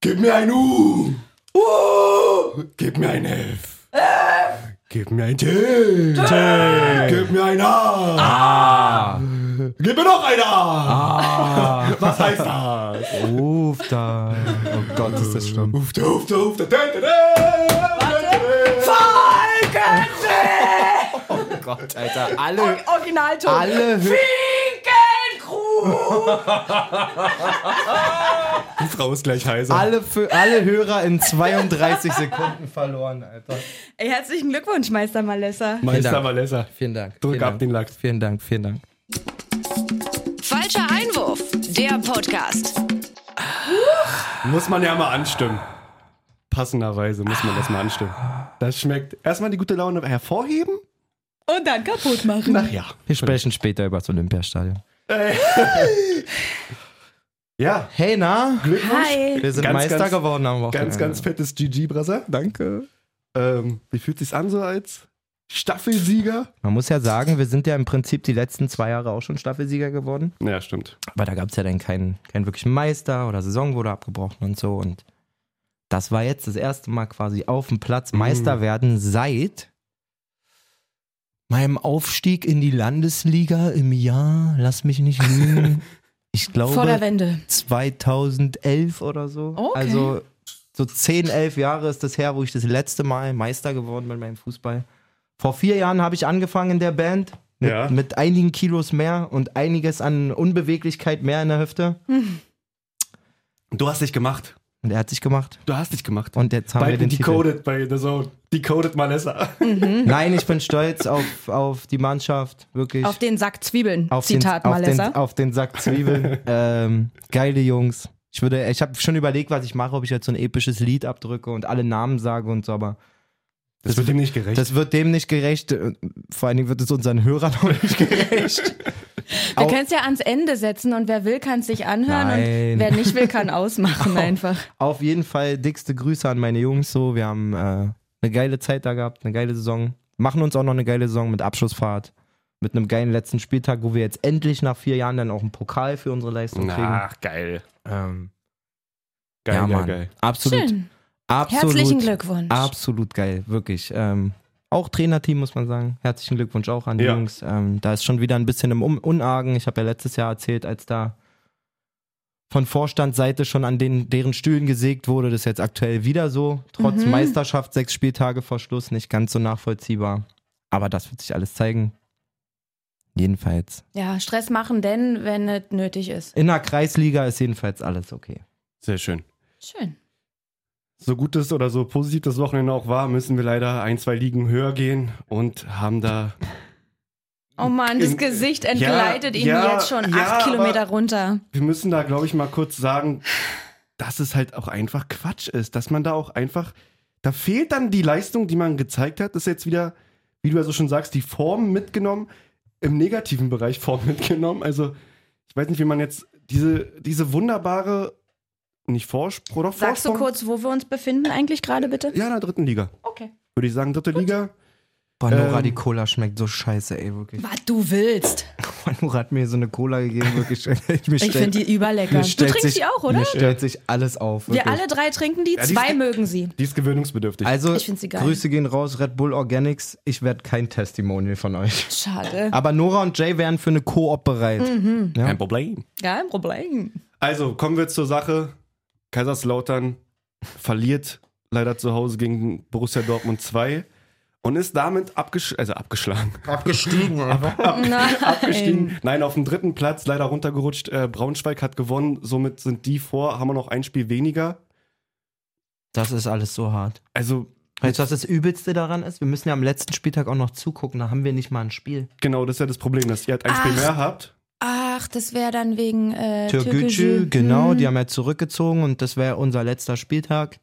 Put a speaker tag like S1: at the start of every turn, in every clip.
S1: Gib mir ein U. U. Gib mir ein F. F. Gib mir ein T. T. Gib mir ein A. A. Gib mir noch ein A. A. Was heißt das?
S2: Ruf da. Oh Gott, ist das schlimm.
S1: Ufte, ufte, ufte. Da, da, da.
S3: Falkensee!
S2: Oh Gott, Alter. Alle,
S3: Or- Originalton.
S2: alle Hü
S3: Finkenkrug!
S1: Die Frau ist gleich heiser.
S2: Alle, für, alle Hörer in 32 Sekunden verloren, Alter.
S3: Ey, herzlichen Glückwunsch, Meister Malessa.
S2: Vielen
S1: Meister
S2: Dank.
S1: Malessa.
S2: Vielen Dank.
S1: Drück
S2: vielen
S1: ab
S2: Dank.
S1: den Lachs.
S2: Vielen Dank, vielen Dank.
S4: Falscher Einwurf, der Podcast.
S1: Muss man ja mal anstimmen. Passenderweise muss man das mal anstimmen. Das schmeckt erstmal die gute Laune hervorheben.
S3: Und dann kaputt machen.
S1: Ach ja.
S2: Wir sprechen später über das Olympiastadion.
S1: Äh. Ja.
S2: Hey, na?
S1: Glückwunsch.
S3: Hi.
S2: Wir sind
S1: Ganz,
S2: Meister
S1: ganz-
S2: geworden am Wochenende.
S1: Ganz, ganz fettes GG, Brasser. Danke. Ähm, wie fühlt sich's an so als Staffelsieger?
S2: Man muss ja sagen, wir sind ja im Prinzip die letzten zwei Jahre auch schon Staffelsieger geworden.
S1: Ja, stimmt.
S2: Aber da gab es ja dann keinen, keinen wirklichen Meister oder Saison wurde abgebrochen und so. Und das war jetzt das erste Mal quasi auf dem Platz Meister werden seit meinem Aufstieg in die Landesliga im Jahr, lass mich nicht lügen, ich
S3: Vor der
S2: glaube
S3: Wende.
S2: 2011 oder so.
S3: Okay.
S2: Also so 10, 11 Jahre ist das her, wo ich das letzte Mal Meister geworden bin beim Fußball. Vor vier Jahren habe ich angefangen in der Band. Mit,
S1: Ja.
S2: mit einigen Kilos mehr und einiges an Unbeweglichkeit mehr in der Hüfte.
S1: Du hast dich gemacht.
S2: Und er hat sich gemacht.
S1: Du hast dich gemacht.
S2: Und jetzt haben wir
S1: Beiden
S2: den Titel.
S1: decoded bei The Zone. Decoded Malessa.
S3: Mhm.
S2: Nein, ich bin stolz auf, auf die Mannschaft. Wirklich.
S3: Auf den Sack Zwiebeln.
S2: Auf
S3: Zitat
S2: den, auf den,
S3: Malessa.
S2: auf den Sack Zwiebeln. ähm, geile Jungs. Ich, würde- ich habe schon überlegt, was ich mache, ob ich jetzt so ein episches Lied abdrücke und alle Namen sage und so, aber
S1: Das wird ihm nicht gerecht.
S2: Das wird dem nicht gerecht. äh, Vor allen Dingen wird es unseren Hörern auch nicht gerecht.
S3: wir
S2: au-
S3: können es ja ans Ende setzen und wer will, kann es sich anhören
S2: Nein.
S3: und wer nicht will, kann ausmachen einfach.
S2: Auf jeden Fall dickste Grüße an meine Jungs. So, wir haben äh, eine geile Zeit da gehabt, eine geile Saison. Machen uns auch noch eine geile Saison mit Abschlussfahrt, mit einem geilen letzten Spieltag, wo wir jetzt endlich nach vier Jahren dann auch einen Pokal für unsere Leistung kriegen.
S1: Ach, geil.
S2: Ähm,
S1: Geil,
S2: ja,
S1: geil,
S2: Mann.
S1: geil.
S2: Absolut,
S3: Schön.
S2: absolut,
S3: Herzlichen Glückwunsch.
S2: absolut geil, wirklich. Ähm, auch Trainerteam muss man sagen. Herzlichen Glückwunsch auch an die
S1: Ja.
S2: Jungs. Ähm, da ist schon wieder ein bisschen im Un Unargen. Ich habe ja letztes Jahr erzählt, als da von Vorstandsseite schon an den, deren Stühlen gesägt wurde. Das ist jetzt aktuell wieder so. Trotz
S3: Mhm.
S2: Meisterschaft, sechs Spieltage vor Schluss, nicht ganz so nachvollziehbar. Aber das wird sich alles zeigen. Jedenfalls.
S3: Ja, Stress machen, denn wenn es nötig ist.
S2: In der Kreisliga ist jedenfalls alles okay.
S1: Sehr schön.
S3: Schön.
S1: So gut es oder so positiv das Wochenende auch war, müssen wir leider ein, zwei Ligen höher gehen und haben da
S3: Oh Mann, das
S1: In-
S3: Gesicht entgleitet
S1: Ja,
S3: Ihnen
S1: ja,
S3: jetzt schon
S1: ja,
S3: acht
S1: aber-
S3: Kilometer runter.
S1: wir müssen da, glaube ich, mal kurz sagen, dass es halt auch einfach Quatsch ist, dass man da auch einfach, da fehlt dann die Leistung, die man gezeigt hat, ist jetzt wieder, wie du ja so schon sagst, die Form mitgenommen, im negativen Bereich Form mitgenommen. Also, ich weiß nicht, wie man jetzt diese, diese wunderbare, nicht Vorsprung, oder
S3: Sagst du
S1: Vorsprung?
S3: kurz, wo wir uns befinden eigentlich gerade bitte?
S1: Ja, in der dritten Liga.
S3: Okay.
S1: Würde ich sagen, dritte Liga.
S2: Boah, Nora,
S1: Ähm.
S2: die Cola schmeckt so scheiße, ey, wirklich.
S3: Was du willst.
S2: Boah, Nora hat mir so eine Cola gegeben, wirklich. Ich, mich
S3: Ich
S2: stell-
S3: finde die überlecker.
S2: mir
S3: Du
S2: stellt
S3: trinkst
S2: sich-
S3: die auch, oder?
S2: Mir stellt sich alles auf.
S3: Wir
S2: wirklich.
S3: alle drei trinken die,
S1: Ja, die
S3: zwei
S1: schmeckt-
S3: mögen sie.
S1: Die ist gewöhnungsbedürftig.
S2: Also,
S3: Ich find sie geil.
S2: Grüße gehen raus, Red Bull Organics. Ich werde kein Testimonial von euch.
S3: Schade.
S2: Aber Nora und Jay wären für eine Koop bereit.
S3: Mhm.
S1: Kein Problem.
S3: Kein Problem.
S1: Also, kommen wir zur Sache. Kaiserslautern verliert leider zu Hause gegen Borussia Dortmund 2 und ist damit abgesch also abgeschlagen.
S2: Abgestiegen, aber.
S3: Nein.
S1: Abgestiegen. Nein, auf dem dritten Platz leider runtergerutscht. Äh, Braunschweig hat gewonnen, somit sind die vor, haben wir noch ein Spiel weniger.
S2: Das ist alles so hart.
S1: Also,
S2: Weißt du, was das Übelste daran ist? Wir müssen ja am letzten Spieltag auch noch zugucken, da haben wir nicht mal ein Spiel.
S1: genau, das ist ja das Problem, dass ihr halt ein Spiel
S3: Ach.
S1: mehr habt.
S3: Ach, das wäre dann wegen äh,
S2: Türkgücü,
S3: Türkgücü.
S2: genau,
S3: Hm.
S2: die haben ja zurückgezogen und das wäre unser letzter Spieltag.
S3: Hm.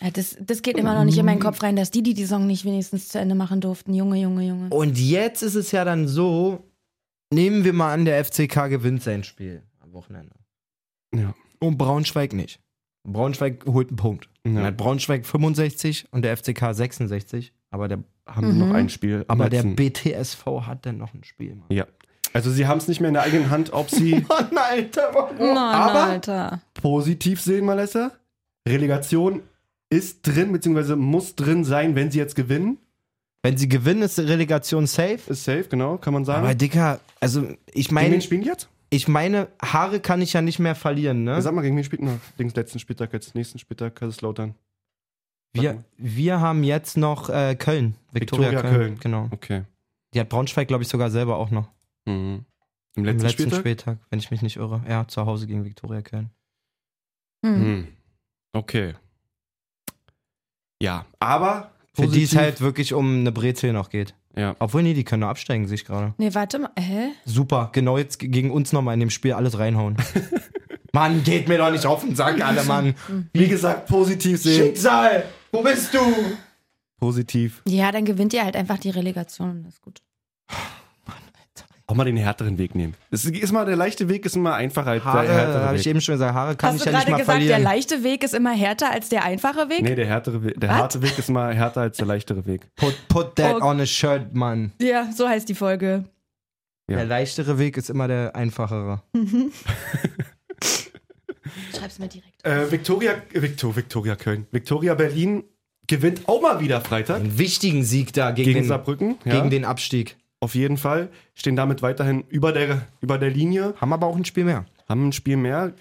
S3: Ja, das, das geht immer noch nicht in meinen Kopf rein, dass die, die die Song nicht wenigstens zu Ende machen durften. Junge, Junge, Junge.
S2: Und jetzt ist es ja dann so, nehmen wir mal an, der FCK gewinnt sein Spiel am Wochenende.
S1: Ja.
S2: Und Braunschweig nicht. Braunschweig holt einen Punkt.
S1: Ja.
S2: Dann hat Braunschweig 65 und der FCK 66, aber der,
S1: Haben noch ein Spiel. am
S2: aber der
S1: letzten.
S2: BTSV hat dann noch ein Spiel. Mann.
S1: Ja. Also, sie haben es nicht mehr in der eigenen Hand, ob sie
S2: Mann, Alter, warum?
S3: Mann,
S1: aber-
S3: Oh, Alter.
S1: positiv sehen, Malessa. Relegation ist drin, beziehungsweise muss drin sein, wenn sie jetzt gewinnen.
S2: Wenn sie gewinnen, ist die Relegation safe.
S1: Ist safe, genau, kann man sagen.
S2: Aber Dicker, also ich
S1: gegen
S2: meine,
S1: wen spielen die jetzt?
S2: ich meine, Haare kann ich ja nicht mehr verlieren, ne?
S1: Sag mal, gegen wen spielt man? Dings letzten Spieltag jetzt, nächsten Spieltag, Kaiserslautern. sag
S2: Wir,
S1: mal.
S2: wir haben jetzt noch äh, Köln. Viktoria,
S1: Viktoria
S2: Köln.
S1: Köln.
S2: Genau.
S1: Okay.
S2: Die hat Braunschweig, glaube ich, sogar selber auch noch.
S1: Mhm. Im
S2: Im
S1: letzten,
S2: letzten Spieltag?
S1: Spieltag?
S2: wenn ich mich nicht irre. Ja, zu Hause gegen Viktoria Köln.
S3: Hm.
S1: Hm. Okay. Ja, aber
S2: Für die es
S1: positiv-
S2: halt wirklich um eine Brezel noch geht.
S1: Ja.
S2: Obwohl, nee, die können noch absteigen, sehe ich gerade.
S3: Nee, warte mal. Hä?
S2: Super, genau jetzt ge- gegen uns nochmal in dem Spiel alles reinhauen. Mann, geht mir doch nicht auf den Sack, alle Mann.
S1: Wie gesagt, positiv sehen.
S2: Schicksal, wo bist du?
S1: Positiv.
S3: Ja, dann gewinnt ihr halt einfach die Relegation und das ist gut.
S1: Auch mal den härteren Weg nehmen. Es ist mal der leichte Weg, ist immer einfacher als der
S2: Haare,
S1: härtere
S2: habe
S1: Weg.
S2: ich eben schon gesagt, Haare kann
S3: Hast
S2: ich
S3: du
S2: ja nicht
S3: gerade
S2: mal
S3: gesagt, der
S2: verlieren.
S3: leichte Weg ist immer härter als der einfache Weg?
S1: Nee, der härtere We- der
S3: Was?
S1: harte Weg ist mal härter als der leichtere Weg.
S2: Put, put that
S3: Oh.
S2: on a shirt, Mann.
S3: Ja, so heißt die Folge.
S1: Ja.
S2: Der leichtere Weg ist immer der einfachere.
S3: Schreib's mir direkt.
S1: Äh, Victoria, Victor, Victoria Köln. Victoria Berlin gewinnt auch mal wieder Freitag
S2: Einen wichtigen Sieg da gegen,
S1: gegen,
S2: den,
S1: Saarbrücken. Ja,
S2: gegen den Abstieg.
S1: auf jeden Fall. Stehen damit weiterhin über der, über der Linie.
S2: Haben aber auch ein Spiel mehr.
S1: Haben ein Spiel mehr.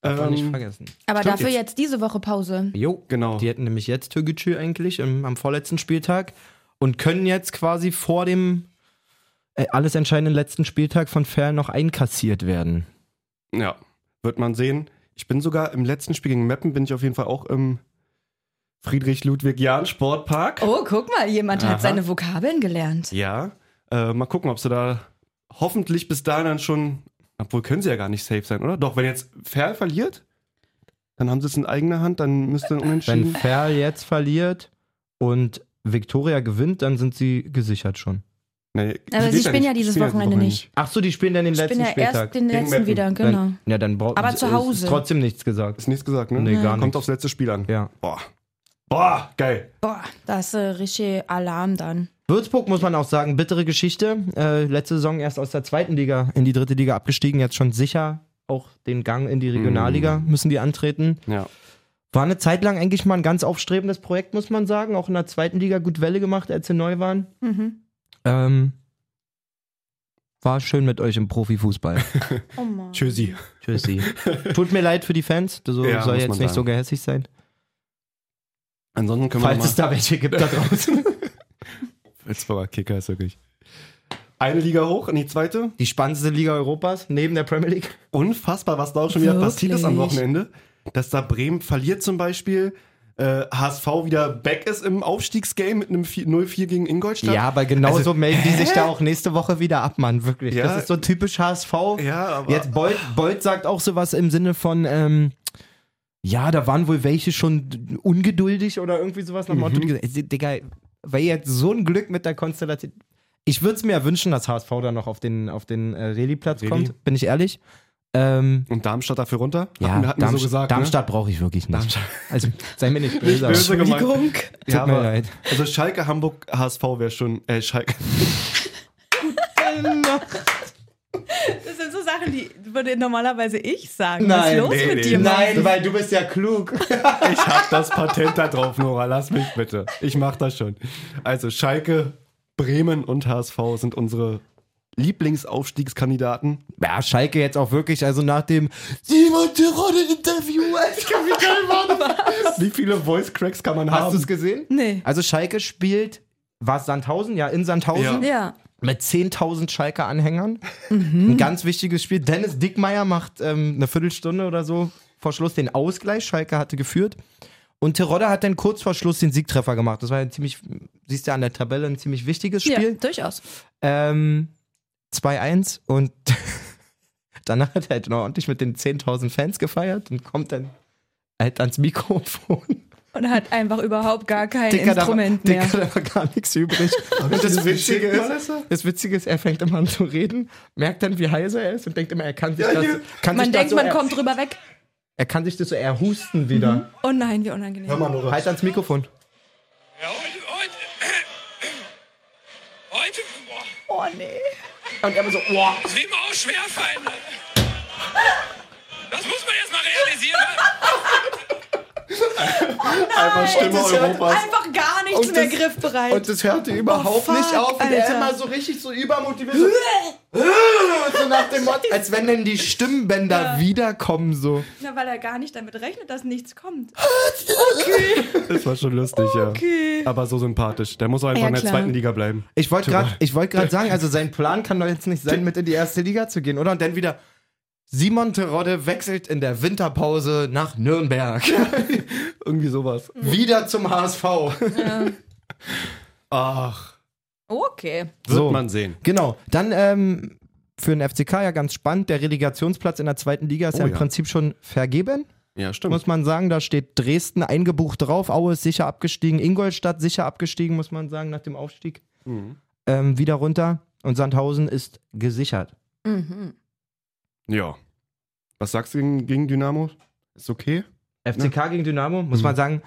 S2: Darf man nicht
S1: Ähm,
S2: vergessen.
S3: Aber
S1: Stimmt
S3: dafür
S1: jetzt.
S3: jetzt. diese Woche Pause.
S2: Jo,
S1: Genau.
S2: Oh. Die hätten nämlich jetzt Türkgücü eigentlich im, am vorletzten Spieltag und können jetzt quasi vor dem äh, alles entscheidenden letzten Spieltag von Ferl noch einkassiert werden.
S1: Ja, wird man sehen. Ich bin sogar im letzten Spiel gegen Meppen, bin ich auf jeden Fall auch im Friedrich-Ludwig-Jahn-Sportpark.
S3: Oh, guck mal, jemand
S1: Aha.
S3: hat seine Vokabeln gelernt.
S1: Ja, äh, mal gucken, ob sie da hoffentlich bis dahin dann schon, obwohl können sie ja gar nicht safe sein, oder? Doch, wenn jetzt Ferl verliert, dann haben sie es in eigener Hand, dann müsste ein
S2: Wenn
S1: Unentschieden.
S2: Ferl jetzt verliert und Viktoria gewinnt, dann sind sie gesichert schon.
S1: Nee,
S3: Aber
S1: geht
S3: sie spielen
S1: nicht.
S3: ja dieses
S1: Spielen
S3: Wochenende nicht.
S2: Ach so, die spielen dann den
S3: Ich bin
S2: letzten
S3: ja
S2: Spieltag.
S3: erst den
S1: Gegen
S3: letzten
S1: Meppen.
S3: wieder, genau.
S2: Dann, ja, dann braucht
S3: Aber zu Hause. Mhm.
S2: Ist trotzdem nichts gesagt.
S1: Ist nichts gesagt, ne?
S2: Nee, gar
S1: Kommt
S2: nichts.
S1: aufs letzte Spiel an.
S2: Ja.
S1: Boah. Boah, geil.
S3: Boah, da ist äh, richtig Alarm dann.
S2: Würzburg muss man auch sagen, bittere Geschichte. Äh, letzte Saison erst aus der zweiten Liga in die dritte Liga abgestiegen, jetzt schon sicher auch den Gang in die Regionalliga müssen die antreten.
S1: Ja.
S2: War eine Zeit lang eigentlich mal ein ganz aufstrebendes Projekt, muss man sagen. Auch in der zweiten Liga gut Welle gemacht, als sie neu waren.
S3: Mhm.
S2: Ähm, war schön mit euch im Profifußball.
S3: Oh Mann.
S1: Tschüssi.
S2: Tschüssi. Tut mir leid für die Fans. So
S1: Ja,
S2: soll
S1: muss
S2: jetzt
S1: man
S2: nicht
S1: sagen.
S2: so gehässig sein.
S1: Ansonsten können wir
S2: Falls es
S1: nochmal.
S2: da welche gibt da draußen.
S1: Würzburger Kicker ist wirklich. Eine Liga hoch, in die zweite.
S2: die spannendste Liga Europas, neben der Premier League.
S1: unfassbar, was da auch schon wieder
S3: Wirklich?
S1: passiert ist am Wochenende. Dass da Bremen verliert zum Beispiel, äh, HSV wieder back ist im Aufstiegsgame mit einem 4 0-4 gegen Ingolstadt.
S2: Ja, aber genauso
S1: Also,
S2: melden die sich da auch nächste Woche wieder ab, Mann. Wirklich.
S1: Ja.
S2: Das ist so typisch HSV.
S1: Ja, aber
S2: Jetzt Bolt, Bolt sagt auch sowas im Sinne von, ähm, ja, da waren wohl welche schon ungeduldig oder irgendwie sowas nach dem Motto. die
S1: Mhm.
S2: gesagt- Äh, Digga, weil ihr jetzt so ein Glück mit der Konstellation. Ich würde es mir ja wünschen, dass HSV da noch auf den, auf den äh, Reli-Platz
S1: Reli.
S2: kommt, bin ich ehrlich. Ähm,
S1: Und Darmstadt dafür runter?
S2: ja,
S1: hatten, hatten wir
S2: Darmst-
S1: so gesagt. ne?
S2: Darmstadt brauche ich wirklich nicht. Also, sei mir nicht böse. aber-
S1: böse gemeint.
S2: Entschuldigung. Tut
S1: Ne? Ja,
S2: mir
S1: aber,
S2: leid.
S1: Also Schalke, Hamburg, HSV wäre schon. Äh, Schalke.
S3: Das sind so Sachen, die würde normalerweise ich sagen.
S2: Nein, nee,
S1: mit nee. dir,
S2: Nein, weil du bist ja klug.
S1: Ich hab das Patent da drauf, Nora. Lass mich bitte. Ich mach das schon. Also Schalke, Bremen und HSV sind unsere Lieblingsaufstiegskandidaten.
S2: Ja, Schalke jetzt auch wirklich, also nach dem Simon Terodde-Interview, ich kann mich gar nicht
S1: Wie viele Voice Cracks kann man
S2: Hast du
S1: haben?
S2: es gesehen?
S3: Nee.
S2: Also Schalke spielt, war es Sandhausen? Ja, in Sandhausen.
S3: Ja.
S2: Mit 10.000 Schalke-Anhängern.
S3: Mhm.
S2: Ein ganz wichtiges Spiel. Dennis Dickmeyer macht ähm, eine Viertelstunde oder so vor Schluss den Ausgleich. Schalke hatte geführt. Und Terodde hat dann kurz vor Schluss den Siegtreffer gemacht. Das war ein ziemlich, siehst du an der Tabelle, ein ziemlich wichtiges
S3: ja,
S2: Spiel.
S3: durchaus.
S2: Ähm, 2-1 und danach hat er halt noch ordentlich mit den 10.000 Fans gefeiert und kommt dann halt ans Mikrofon.
S3: Und hat einfach überhaupt gar kein
S2: da, war-
S3: Instrument mehr.
S2: Dicker, da war gar nichts übrig. Und das Witzige, ist, das Witzige ist, er fängt immer an zu reden, merkt dann, wie heiser er ist und denkt immer, er kann sich das, kann
S3: Man
S2: sich das
S3: denkt,
S2: so
S3: man
S2: er,
S3: kommt drüber weg.
S2: Er kann sich das so erhusten wieder.
S3: Oh nein, wie unangenehm.
S2: Halt ans Mikrofon.
S5: Ja, heute, heute, heute, boah,
S3: Oh nee.
S2: Und er immer so, boah.
S5: das wird mir auch schwerfallen. Das muss man erst mal realisieren.
S1: Einfach Stimme
S3: Das hört
S1: Europas.
S3: Einfach gar nichts
S1: Und
S3: mehr
S1: das-
S3: griffbereit. Oh,
S1: Und das hörte überhaupt
S3: fuck,
S1: nicht auf. Und er
S3: Alter.
S1: immer so richtig so übermotiviert. So,
S2: So nach dem Motto, als wenn denn die Stimmbänder wiederkommen, so.
S3: Na, weil er gar nicht damit rechnet, dass nichts kommt.
S1: das war schon lustig, ja. Aber so sympathisch. Der muss auch einfach
S3: Ja,
S1: in der
S3: klar.
S1: zweiten Liga bleiben.
S2: Ich wollte gerade wollt sagen, also sein Plan kann doch jetzt nicht sein, mit in die erste Liga zu gehen, oder? Und dann wieder. Simon Terodde wechselt in der Winterpause nach Nürnberg.
S1: Irgendwie sowas.
S2: Wieder zum HSV.
S1: Ach,
S3: Okay.
S1: wird
S2: So.
S1: man sehen.
S2: Genau. Dann ähm, für den FCK ja ganz spannend. Der Relegationsplatz in der zweiten Liga ist
S1: Oh
S2: ja im
S1: ja.
S2: Prinzip schon vergeben.
S1: Ja, stimmt.
S2: muss man sagen. Da steht Dresden eingebucht drauf. Aue ist sicher abgestiegen. Ingolstadt sicher abgestiegen, muss man sagen, nach dem Aufstieg.
S1: Mhm.
S2: Ähm, wieder runter. Und Sandhausen ist gesichert.
S3: Mhm.
S1: Ja. Was sagst du gegen, gegen Dynamo? Ist okay?
S2: FCK gegen Dynamo,
S1: Ne?
S2: muss
S1: Mhm.
S2: man sagen.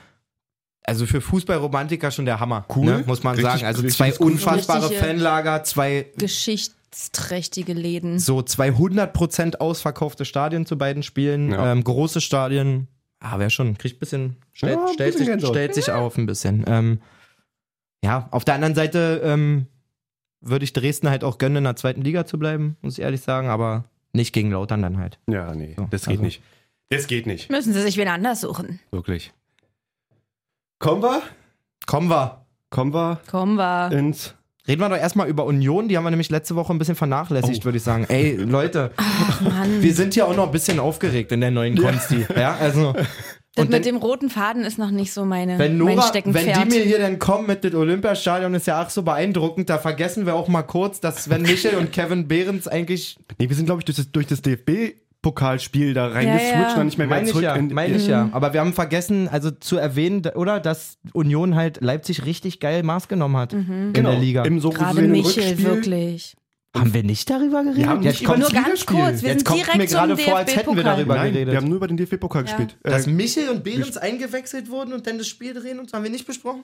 S2: Also für Fußballromantiker schon der Hammer.
S1: Cool.
S2: Ne, muss man
S1: Richtig-
S2: sagen. Also
S1: richtig
S2: zwei
S1: cool.
S2: unfassbare
S3: Richtige-
S2: Fanlager, zwei
S3: Geschichtsträchtige Läden.
S2: so 200% ausverkaufte Stadien zu beiden Spielen.
S1: Ja.
S2: Ähm, große Stadien. Ah, wer schon. Kriegt ein bisschen. Stellt,
S1: Ja, ein
S2: stellt,
S1: bisschen
S2: sich,
S1: Gänsehaut.
S2: stellt sich auf ein bisschen. Ähm, ja, auf der anderen Seite ähm, würde ich Dresden halt auch gönnen, in der zweiten Liga zu bleiben, muss ich ehrlich sagen, aber nicht gegen Lautern dann halt.
S1: Ja, nee.
S2: So,
S1: das geht
S2: also-
S1: nicht. Das geht nicht.
S3: Müssen sie sich wen anders suchen.
S1: Wirklich. Kommen wir?
S2: Kommen wir.
S1: Kommen wir
S3: Kommen wir.
S1: ins.
S2: Reden wir doch erstmal über Union, die haben wir nämlich letzte Woche ein bisschen vernachlässigt,
S1: Oh.
S2: würde ich sagen. Ey, Leute,
S3: Ach Mann.
S2: wir sind ja auch noch ein bisschen aufgeregt in der neuen Konsti. Ja, also.
S3: das
S2: und
S3: mit
S2: dann-
S3: dem roten Faden ist noch nicht so meine,
S2: Wenn,
S3: mein
S2: Nora, wenn die
S3: Steckenpferd.
S2: mir hier dann kommen mit dem Olympiastadion, ist ja auch so beeindruckend. Da vergessen wir auch mal kurz, dass Sven Michel und Kevin Behrens eigentlich.
S1: Nee, wir sind, glaube ich, durch das, durch das DFB-Pokalspiel da reingeswitcht
S3: Ja, ja.
S1: und dann nicht mehr
S2: Meine
S1: ganz
S2: ich
S1: zurück
S2: ja,
S1: in
S2: meine ich ja. Aber wir haben vergessen, also zu erwähnen, da- oder, dass Union halt Leipzig richtig geil Maß genommen hat
S3: Mhm.
S2: in
S1: genau,
S2: der Liga.
S1: Im so
S3: Gerade
S1: gesehenen
S3: Michel,
S1: Rückspiel.
S3: wirklich.
S2: haben wir nicht darüber geredet?
S1: Wir haben nicht über-
S3: Nur
S1: Kommt's
S3: ganz
S1: Ligaspiel?
S3: kurz, wir
S2: Jetzt
S3: sind
S2: kommt's mir
S3: direkt
S2: gerade
S3: zum
S2: vor, als hätten wir darüber
S3: DFB-Pokal.
S1: Nein,
S2: geredet.
S1: wir haben nur über den DFB-Pokal gespielt. Äh,
S2: Dass Michel und Behrens eingewechselt wurden und dann das Spiel drehen und so haben wir nicht besprochen?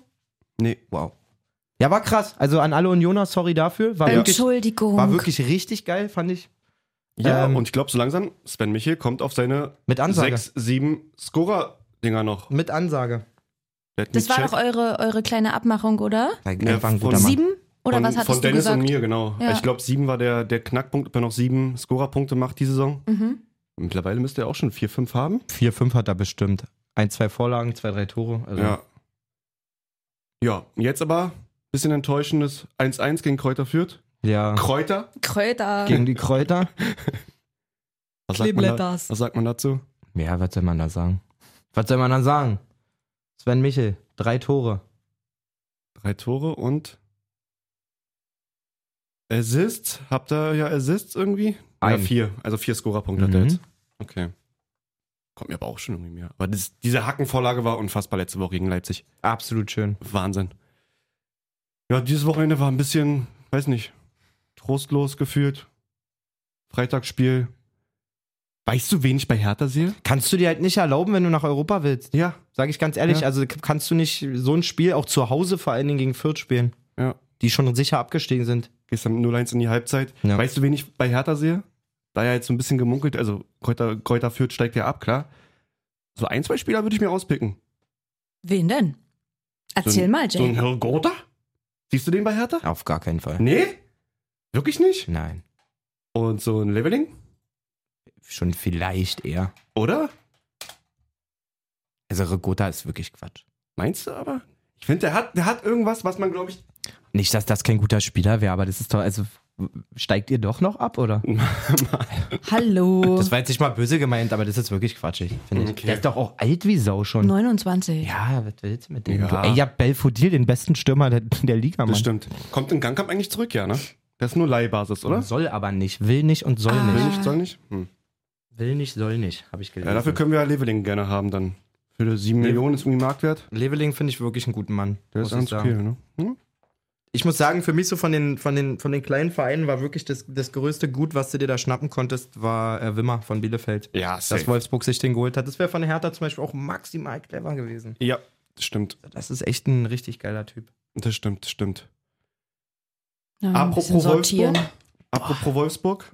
S1: nee, wow.
S2: Ja, war krass. Also an alle Unioner, sorry dafür. War, wirklich,
S3: Ähm, Entschuldigung.
S2: Ah, war wirklich richtig geil, fand ich.
S1: Ja,
S2: Ähm,
S1: und ich glaube, so langsam, Sven Michel kommt auf seine
S2: Mit Ansage.
S1: sechs, sieben Scorer-Dinger noch.
S2: Mit Ansage.
S1: Der hat
S3: das
S1: nicht
S3: war
S1: checkt.
S3: doch eure, eure kleine Abmachung, oder?
S2: Ja, war ein
S1: von-
S2: guter Mann.
S3: Sieben? Oder
S1: von,
S3: was hattest
S1: Von
S3: du
S1: Dennis
S3: gesagt?
S1: und mir, genau.
S3: Ja.
S1: Ich glaube, sieben war der, der Knackpunkt, ob er noch sieben Scorerpunkte macht die Saison.
S3: Mhm.
S1: Mittlerweile müsste er auch schon vier, fünf haben.
S2: 4, 5 hat er bestimmt. Ein, zwei Vorlagen, zwei, drei Tore. Also
S1: Ja. Ja, jetzt aber bisschen enttäuschendes 1-1 gegen Kräuter führt.
S2: ja.
S1: Kräuter?
S3: Kräuter.
S2: Gegen die Kräuter.
S1: Was sagt, man da, was sagt man dazu?
S2: Ja, was soll man da sagen? Was soll man da sagen? Sven Michel, drei Tore.
S1: Drei Tore und Assists. Habt ihr ja Assists irgendwie?
S2: Ein.
S1: Ja, vier. Also vier Scorerpunkte hat er
S2: Mhm.
S1: jetzt. Okay. Kommt mir aber auch schon irgendwie mehr. Aber das, diese Hackenvorlage war unfassbar letzte Woche gegen Leipzig.
S2: Absolut schön.
S1: Wahnsinn. Ja, dieses Wochenende war ein bisschen, weiß nicht, trostlos gefühlt. Freitagsspiel. Weißt du, wen ich bei Hertha sehe?
S2: Kannst du dir halt nicht erlauben, wenn du nach Europa willst.
S1: Ja.
S2: Sag ich ganz ehrlich,
S1: Ja.
S2: also k- kannst du nicht so ein Spiel auch zu Hause vor allen Dingen gegen Fürth spielen,
S1: Ja.
S2: die schon sicher abgestiegen sind.
S1: Gestern 0-1 in die Halbzeit.
S2: Ja.
S1: Weißt du, wen ich bei Hertha sehe? Da ja jetzt so ein bisschen gemunkelt, also Kräuter, Kräuter führt, steigt ja ab, klar. So ein, zwei Spieler würde ich mir rauspicken.
S3: Wen denn?
S1: So
S3: Erzähl
S1: ein,
S3: mal,
S1: So ein
S3: Jay.
S1: Hirgota? Siehst du den bei Hertha?
S2: Auf gar keinen Fall.
S1: Nee? Wirklich nicht?
S2: Nein.
S1: Und so ein Leveling?
S2: Schon vielleicht eher.
S1: Oder?
S2: Also Regota ist wirklich Quatsch.
S1: Meinst du aber? Ich finde, der hat, der hat irgendwas, was man, glaube ich,
S2: Nicht, dass das kein guter Spieler wäre, aber das ist doch, also steigt ihr doch noch ab, oder?
S1: Mhm.
S3: Hallo.
S2: Das war jetzt nicht mal böse gemeint, aber das ist wirklich quatschig, finde ich.
S1: Okay.
S2: Der ist doch auch alt wie Sau schon.
S3: 29.
S2: Ja, was willst du mit dem?
S1: Ja.
S2: Du, ey, ja, Belfodil, den besten Stürmer der, der Liga, Mann.
S1: Das stimmt. Kommt in Gangkamp eigentlich zurück, ja, ne? Das ist nur Leihbasis, oder?
S2: Soll aber nicht, will nicht und soll
S3: Ah.
S1: Will
S2: nicht.
S1: nicht, soll nicht? Hm.
S2: Will nicht, soll nicht, habe ich gelesen.
S1: Ja, dafür können wir ja Leveling gerne haben dann. Für 7
S2: Le-
S1: Millionen ist irgendwie Marktwert.
S2: Leveling finde ich wirklich einen guten Mann.
S1: Der
S2: muss
S1: ist
S2: ich,
S1: ganz
S2: sagen.
S1: viel, ne? Hm?
S2: ich muss sagen, für mich so von den, von den, von den kleinen Vereinen war wirklich das, das größte Gut, was du dir da schnappen konntest, war äh, Wimmer von Bielefeld.
S1: Ja,
S2: Dass Wolfsburg sich den geholt hat. Das wäre von Hertha zum Beispiel auch maximal clever gewesen.
S1: Ja, das stimmt.
S2: Das ist echt ein richtig geiler Typ.
S1: Das stimmt, das stimmt.
S3: Ja, ein bisschen
S1: Apropos
S3: sortieren.
S1: Wolfsburg. Apropos Wolfsburg.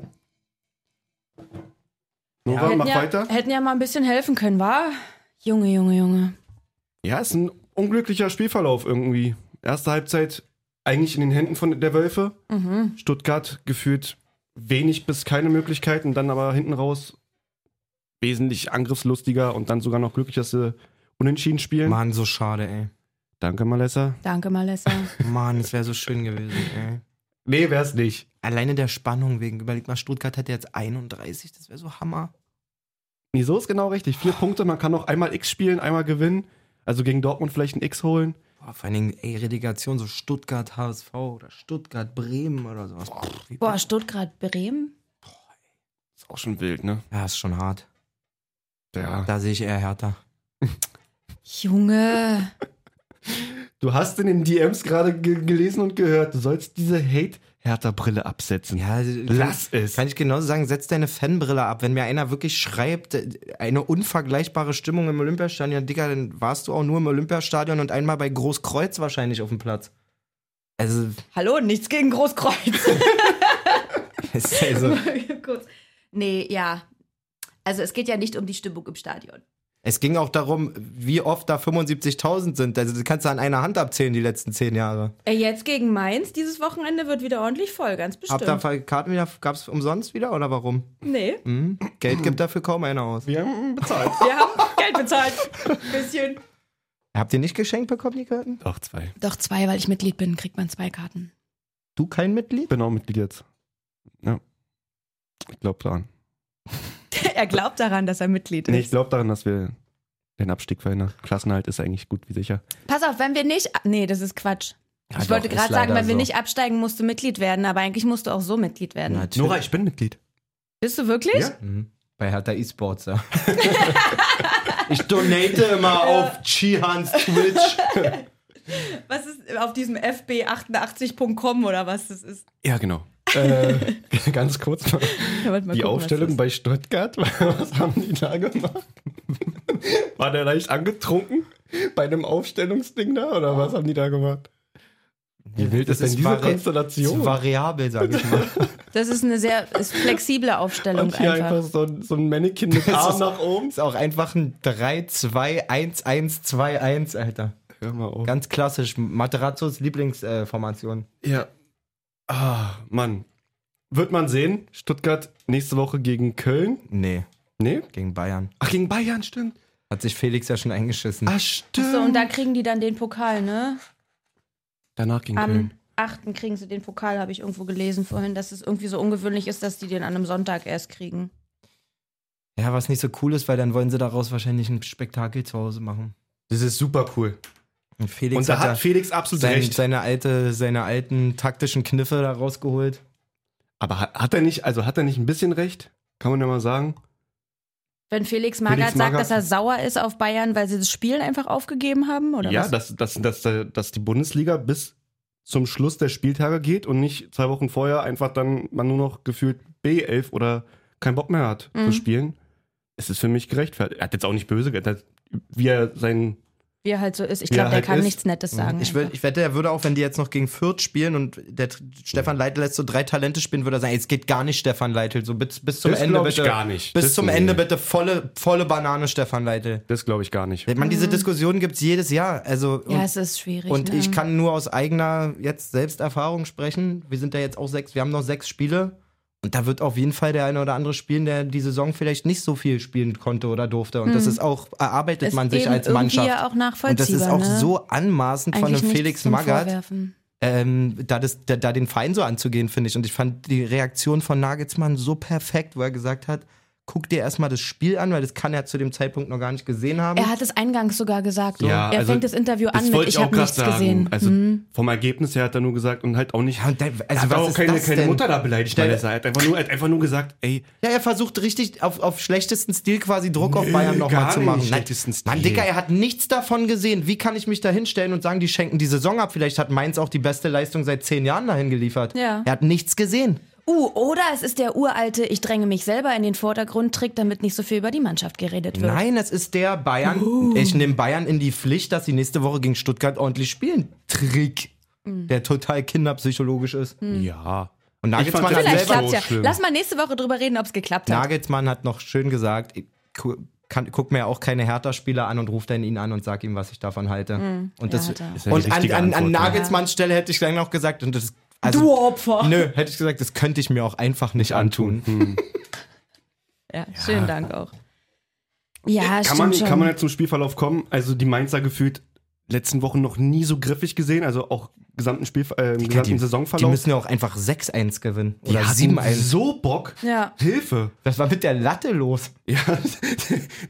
S1: Nora,
S3: Hätten
S1: mach
S3: ja,
S1: weiter.
S3: Hätten ja mal ein bisschen helfen können, war? Junge, Junge, Junge.
S1: Ja, ist ein unglücklicher Spielverlauf irgendwie. Erste Halbzeit eigentlich in den Händen von der Wölfe.
S3: Mhm.
S1: Stuttgart gefühlt wenig bis keine Möglichkeiten, dann aber hinten raus wesentlich angriffslustiger und dann sogar noch glücklich, dass sie unentschieden spielen.
S2: Mann, so schade, ey.
S1: Danke, Malessa.
S3: Danke, Malessa.
S2: Mann, es wäre so schön gewesen, ey.
S1: Nee, wär's nicht.
S2: Alleine der Spannung wegen. Überleg mal, Stuttgart hätte jetzt 31, das wäre so Hammer.
S1: Nee, so ist genau richtig. Vier Punkte, man kann noch einmal X spielen, einmal gewinnen. Also gegen Dortmund vielleicht ein X holen.
S2: Boah, vor allen Dingen, ey, Relegation, so Stuttgart, HSV oder Stuttgart, Bremen oder sowas. Pff, wie-
S3: Boah, Stuttgart, Bremen?
S1: Ist auch schon wild, ne?
S2: Ja, ist schon hart.
S1: Ja.
S2: Da sehe ich eher härter.
S3: Junge.
S1: Du hast in den DMs gerade ge gelesen und gehört, du sollst diese Hate-Härter-Brille absetzen.
S2: Ja,
S1: Lass
S2: kann,
S1: es.
S2: Kann ich genauso sagen, setz deine Fanbrille ab. Wenn mir einer wirklich schreibt, äh, eine unvergleichbare Stimmung im Olympiastadion, Digga, dann warst du auch nur im Olympiastadion und einmal bei Großkreuz wahrscheinlich auf dem Platz. Also,
S3: Hallo, nichts gegen Großkreuz.
S2: ist also
S3: Kurz. nee, ja. Also es geht ja nicht um die Stimmung im Stadion.
S2: es ging auch darum, wie oft da 75.000 sind. Also, das kannst du an einer Hand abzählen, die letzten zehn Jahre.
S3: Äh, Jetzt gegen Mainz, dieses Wochenende wird wieder ordentlich voll, ganz
S2: Habt
S3: bestimmt.
S2: ihr Ver- Karten wieder, gab's umsonst wieder oder warum?
S3: nee,
S2: Hm? Geld gibt dafür kaum einer aus.
S1: Wir haben bezahlt.
S3: wir haben Geld bezahlt. Bisschen.
S2: Habt ihr nicht geschenkt bekommen, die Karten?
S1: Doch, zwei.
S3: Doch zwei, weil ich Mitglied bin, kriegt man zwei Karten.
S2: Du kein Mitglied?
S1: Bin auch Mitglied jetzt. Ja. Ich glaube daran.
S3: er glaubt daran, dass er Mitglied ist.
S1: Nee, ich glaube daran, dass wir den Abstieg verhindern. Klassenhalt ist eigentlich gut wie sicher.
S3: Pass auf, wenn wir nicht. Nee, das ist Quatsch.
S2: Ja,
S3: ich
S2: doch,
S3: wollte
S2: ist
S3: gerade sagen,
S2: leider
S3: wenn wir
S2: so.
S3: nicht absteigen, musst du Mitglied werden, aber eigentlich musst du auch so Mitglied werden.
S1: Nora, ich bin Mitglied.
S3: Bist du wirklich?
S1: Ja.
S2: Mhm. Bei Hertha eSports, ja. ich donate immer auf Chihans Twitch.
S3: Was ist auf diesem fb88.com oder was das ist?
S1: Ja, genau. äh, ganz kurz mal.
S3: Ja, warte mal
S1: die
S3: gucken, was das
S1: Aufstellung
S3: ist.
S1: bei Stuttgart, was haben die da gemacht? War der leicht angetrunken bei einem Aufstellungsding da oder was haben die da gemacht? Wie wild ist denn diese Konstellation?
S2: Ist variabel, sag ich mal.
S3: Das ist eine sehr ist flexible Aufstellung
S1: Und hier einfach,
S3: einfach.
S1: so, ein- so ein Mannequin mit Arm nach oben.
S2: Ist auch einfach ein 3-2-1-1-2-1, Alter.
S1: Hör mal auf.
S2: Ganz klassisch. Materazzos Lieblingsformation.
S1: Ja. Ah, Mann. Wird man sehen. Stuttgart nächste Woche gegen Köln.
S2: nee,
S1: Nee?
S2: gegen Bayern.
S1: Ach, gegen Bayern, stimmt.
S2: Hat sich Felix ja schon eingeschissen.
S1: Ah, stimmt.
S3: So, und da kriegen die dann den Pokal, ne?
S1: Danach gegen
S3: Am
S1: Köln.
S3: 8. kriegen sie den Pokal, habe ich irgendwo gelesen vorhin, dass es irgendwie so ungewöhnlich ist, dass die den an einem Sonntag erst kriegen.
S2: Ja, was nicht so cool ist, weil dann wollen sie daraus wahrscheinlich ein Spektakel zu Hause machen.
S1: Das ist super cool.
S2: Und Felix
S1: Und da
S2: ja-
S1: hat Felix absolut
S2: sein,
S1: recht.
S2: seine, alte, seine alten taktischen Kniffe da rausgeholt.
S1: Aber hat, hat er nicht, also hat er nicht ein bisschen recht? Kann man ja mal sagen.
S3: Wenn Felix
S1: Felix
S3: Magath sagt,
S1: Magath-
S3: dass er sauer ist auf Bayern, weil sie das Spielen einfach aufgegeben haben, oder
S1: ja, dass,
S3: was?
S1: dass, dass, dass die Bundesliga bis zum Schluss der Spieltage geht und nicht zwei Wochen vorher einfach dann man nur noch gefühlt B11 oder keinen Bock mehr hat zu
S3: Mhm.
S1: spielen. Es ist für mich gerechtfertigt. Er hat jetzt auch nicht böse, ge- er hat, wie er sein.
S3: Wie er halt so ist. Ich
S1: Wie er
S3: glaube, der
S1: halt
S3: kann
S1: ist.
S3: nichts Nettes sagen.
S2: Ich, wür- ich wette, er würde auch, wenn die jetzt noch gegen Fürth spielen und der Tr- Stefan Leitl lässt so drei Talente spielen, würde er sagen, es geht gar nicht, Stefan Leitl. So bis, bis zum
S1: Das
S2: Ende
S1: glaub ich
S2: bitte.
S1: gar nicht.
S2: Bis
S1: Das-
S2: zum Ende
S1: nee.
S2: bitte volle, volle Banane, Stefan Leitl.
S1: Das glaube ich gar nicht.
S2: Man, diese Diskussion gibt es jedes Jahr. Also,
S3: Mhm. ja,
S2: und,
S3: es ist schwierig.
S2: und
S3: ne?
S2: ich kann nur aus eigener jetzt Selbsterfahrung sprechen. Wir sind ja jetzt auch sechs, wir haben noch sechs Spiele. Und da wird auf jeden Fall der eine oder andere spielen, der die Saison vielleicht nicht so viel spielen konnte oder durfte. Und das ist auch, erarbeitet
S3: Hm. Ist
S2: man sich
S3: eben
S2: als Mannschaft.
S3: irgendwie ja auch
S2: Und das
S3: nachvollziehbar.
S2: ist auch
S3: ne?
S2: so anmaßend von
S3: Eigentlich
S2: einem
S3: nichts
S2: Felix
S3: zum
S2: Magath,
S3: Vorwerfen.
S2: ähm, da, das, da, da den Verein so anzugehen, finde ich. Und ich fand die Reaktion von Nagelsmann so perfekt, wo er gesagt hat, guck dir erstmal das Spiel an, weil das kann er zu dem Zeitpunkt noch gar nicht gesehen haben.
S3: Er hat es eingangs sogar gesagt.
S1: Ja,
S3: er
S1: also,
S3: fängt das Interview an mit,
S1: wollte
S3: ich habe
S1: grad
S3: nichts gesehen.
S1: Also
S3: Hm.
S1: vom Ergebnis her hat er nur gesagt und halt auch nicht.
S2: Ja, und der-
S1: er
S2: also
S1: hat
S2: was
S1: auch
S2: ist
S1: keine,
S2: das
S1: keine
S2: denn?
S1: Mutter da beleidigt, weil
S2: Der-
S1: er sagt. Einfach nur, er hat einfach nur gesagt, ey,
S2: ja, er versucht richtig auf, auf schlechtesten Stil quasi Druck auf
S1: Nö,
S2: Bayern nochmal
S1: gar
S2: zu machen.
S1: nicht
S2: Nein,
S1: schlechtesten Stil.
S2: Mann, Dicker, er hat nichts davon gesehen. Wie kann ich mich da hinstellen und sagen, die schenken die Saison ab? Vielleicht hat Mainz auch die beste Leistung seit zehn Jahren dahin geliefert.
S3: Ja.
S2: Er hat nichts gesehen.
S3: Uh, oder es ist der uralte, ich dränge mich selber in den Vordergrund, Trick, damit nicht so viel über die Mannschaft geredet wird.
S2: Nein, es ist der Bayern.
S1: Uh.
S2: Ich nehme Bayern in die Pflicht, dass sie nächste Woche gegen Stuttgart ordentlich spielen. Trick. Der total kinderpsychologisch ist.
S1: Hm. ja.
S2: Und Nagelsmann
S1: fand's
S2: hat,
S1: jetzt
S3: Vielleicht
S1: selber
S2: selber,
S3: klappt's ja.
S1: schlimm.
S3: Lass mal nächste Woche drüber reden, ob es geklappt hat.
S2: Nagelsmann hat noch schön gesagt, ich- gu- kann, guck mir ja auch keine Hertha-Spieler an und ruft dann ihn an und sag ihm, was ich davon halte. und das,
S3: Mhm. ja, Hertha.
S1: Ist ja die
S2: und an,
S1: richtige
S2: an, an
S1: Antwort, ne?
S2: Nagelsmanns Stelle hätte ich dann noch gesagt, und das, also,
S3: du Opfer.
S2: nö, hätte ich gesagt, das könnte ich mir auch einfach nicht antun.
S1: Hm.
S3: Ja, schönen Dank auch. Ja,
S1: Kann
S3: stimmt
S1: man,
S3: schon.
S1: kann man jetzt zum Spielverlauf kommen? Also die Mainzer gefühlt letzten Wochen noch nie so griffig gesehen, also auch gesamten Spiel, äh, im gesamten
S2: die, die
S1: Saisonverlauf.
S2: müssen ja auch einfach 6-1 gewinnen.
S1: Die
S2: Oder
S1: hatten
S2: 7-1.
S1: so Bock.
S3: ja.
S1: Hilfe.
S2: Was war mit der Latte los?
S1: Ja,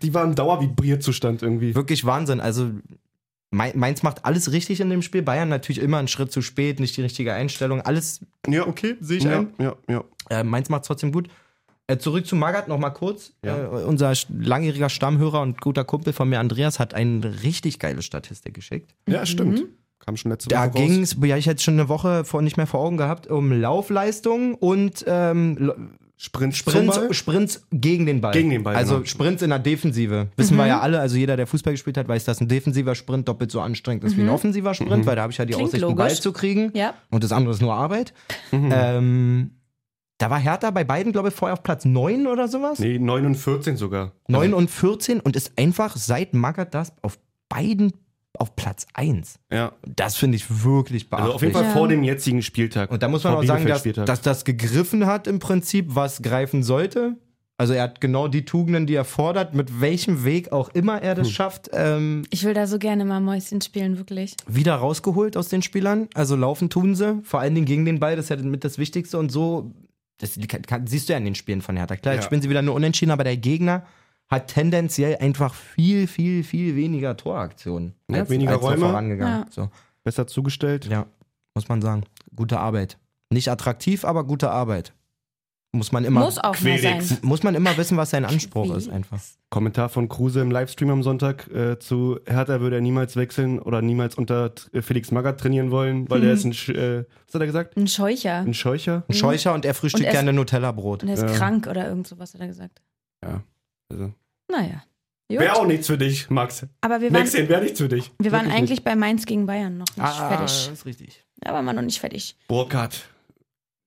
S1: die war im Dauervibrierzustand irgendwie.
S2: Wirklich Wahnsinn. Also Mai- Mainz macht alles richtig in dem Spiel. Bayern natürlich immer einen Schritt zu spät, nicht die richtige Einstellung. Alles
S1: Ja, okay, sehe
S2: ich
S1: ja,
S2: ein.
S1: Ja, ja.
S2: Äh, Mainz macht trotzdem gut. Äh, zurück zu Magath noch mal kurz.
S1: Ja.
S2: Äh, unser sch- langjähriger Stammhörer und guter Kumpel von mir, Andreas, hat eine richtig geile Statistik geschickt.
S1: ja stimmt.
S3: Mhm.
S1: Kam schon letzte Woche
S2: Da
S1: raus.
S2: ging es, ja, ich hätte es schon eine Woche vor, nicht mehr vor Augen gehabt, um Laufleistung und ähm, Lo-
S1: Sprint, Sprint
S2: Sprints, Sprints gegen den Ball.
S1: Gegen den Ball,
S2: Also
S1: genau.
S2: Sprints in der Defensive. Wissen
S3: Mhm.
S2: wir ja alle, also jeder, der Fußball gespielt hat, weiß, dass ein defensiver Sprint doppelt so anstrengend ist wie ein offensiver Sprint,
S1: Mhm.
S2: weil da habe ich ja die
S3: Mhm. Klingt
S2: Aussicht, einen Ball
S3: logisch.
S2: zu kriegen.
S3: Ja.
S2: Und das andere ist nur Arbeit.
S1: Mhm.
S2: Ähm, da war Hertha bei beiden, glaube ich, vorher auf Platz 9 oder sowas.
S1: Nee, 9 und 14 sogar.
S2: 9 und 14 und ist einfach seit Magath das auf beiden auf Platz 1.
S1: Ja.
S2: Das finde ich wirklich beachtlich.
S1: Also auf jeden Fall
S3: Ja.
S1: vor dem jetzigen Spieltag.
S2: Und da muss man
S1: Vor
S2: auch sagen, dass,
S1: Bielefeld-Spieltag.
S2: dass das gegriffen hat im Prinzip, was greifen sollte. Also er hat genau die Tugenden, die er fordert, mit welchem Weg auch immer er
S1: Hm.
S2: das schafft, ähm,
S3: Ich will da so gerne mal Mäuschen spielen, wirklich.
S2: wieder rausgeholt aus den Spielern. Also laufen tun sie, vor allen Dingen gegen den Ball, das ist ja mit das Wichtigste und so, das kann, kann, siehst du ja in den Spielen von Hertha. Klar,
S1: Ja.
S2: jetzt spielen sie wieder nur unentschieden, aber der Gegner hat tendenziell einfach viel, viel, viel weniger Toraktionen.
S1: Ja, weniger
S2: er
S1: Räume.
S2: Vorangegangen.
S3: Ja.
S2: So.
S1: besser zugestellt.
S2: Ja, muss man sagen. Gute Arbeit. Nicht attraktiv, aber gute Arbeit. Muss man immer,
S3: Muss auch mal
S1: Quelix.
S3: sein.
S2: muss man immer wissen, was sein Anspruch
S3: Wie?
S2: ist, einfach.
S1: Kommentar von Kruse im Livestream am Sonntag äh, zu Hertha würde er niemals wechseln oder niemals unter äh, Felix Magath trainieren wollen, weil er ist ein, Sch- äh, was hat er gesagt?
S3: Ein Scheucher.
S1: Ein Scheucher?
S2: Ein Scheucher und er frühstückt
S3: Und es-
S2: gerne Nutella-Brot.
S3: Und er ist
S1: Ja.
S3: krank oder irgend sowas, hat er gesagt.
S1: Also.
S3: Naja. Gut.
S1: Wäre auch nichts für dich, Max.
S3: Aber wir waren,
S1: Nächstes wäre nichts für dich.
S3: wir waren
S1: Wirklich
S3: eigentlich bei Mainz gegen Bayern noch nicht fertig.
S2: ist richtig.
S3: Da waren wir noch nicht fertig.
S1: nicht. Burkhardt,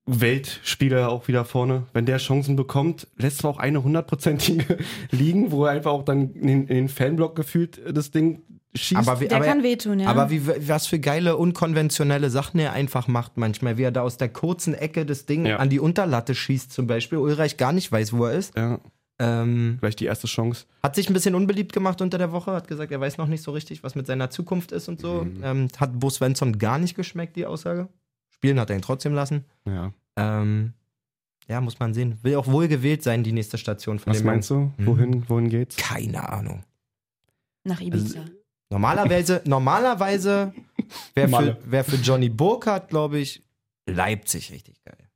S1: Weltspieler auch wieder vorne. Wenn der Chancen bekommt, lässt zwar auch eine hundertprozentige liegen, wo er einfach auch dann in den, in den Fanblock gefühlt äh, das Ding schießt.
S2: Aber, wie,
S3: Der kann
S2: aber,
S3: wehtun, ja.
S2: aber wie, was für geile, unkonventionelle Sachen er einfach macht manchmal. Wie er da aus der kurzen Ecke das Ding
S1: Ja.
S2: an die Unterlatte schießt zum Beispiel. Ulreich gar nicht weiß, wo er ist.
S1: ja,
S2: Ähm,
S1: vielleicht die erste Chance.
S2: Hat sich ein bisschen unbeliebt gemacht unter der Woche, hat gesagt, er weiß noch nicht so richtig, was mit seiner Zukunft ist und so.
S1: Mhm.
S2: Ähm, hat Bo Svensson gar nicht geschmeckt, die Aussage. Spielen hat er ihn trotzdem lassen.
S1: Ja.
S2: Ähm, ja, muss man sehen. Will auch wohl gewählt sein, die nächste Station von
S1: Was
S2: dem
S1: meinst du?
S2: Mhm.
S1: Wohin, wohin geht's?
S2: Mann. Keine Ahnung.
S3: Nach Ibiza.
S2: Normalerweise, normalerweise wäre für,
S1: Malle.
S2: wär für Johnny Burkhardt, glaube ich, Leipzig richtig geil.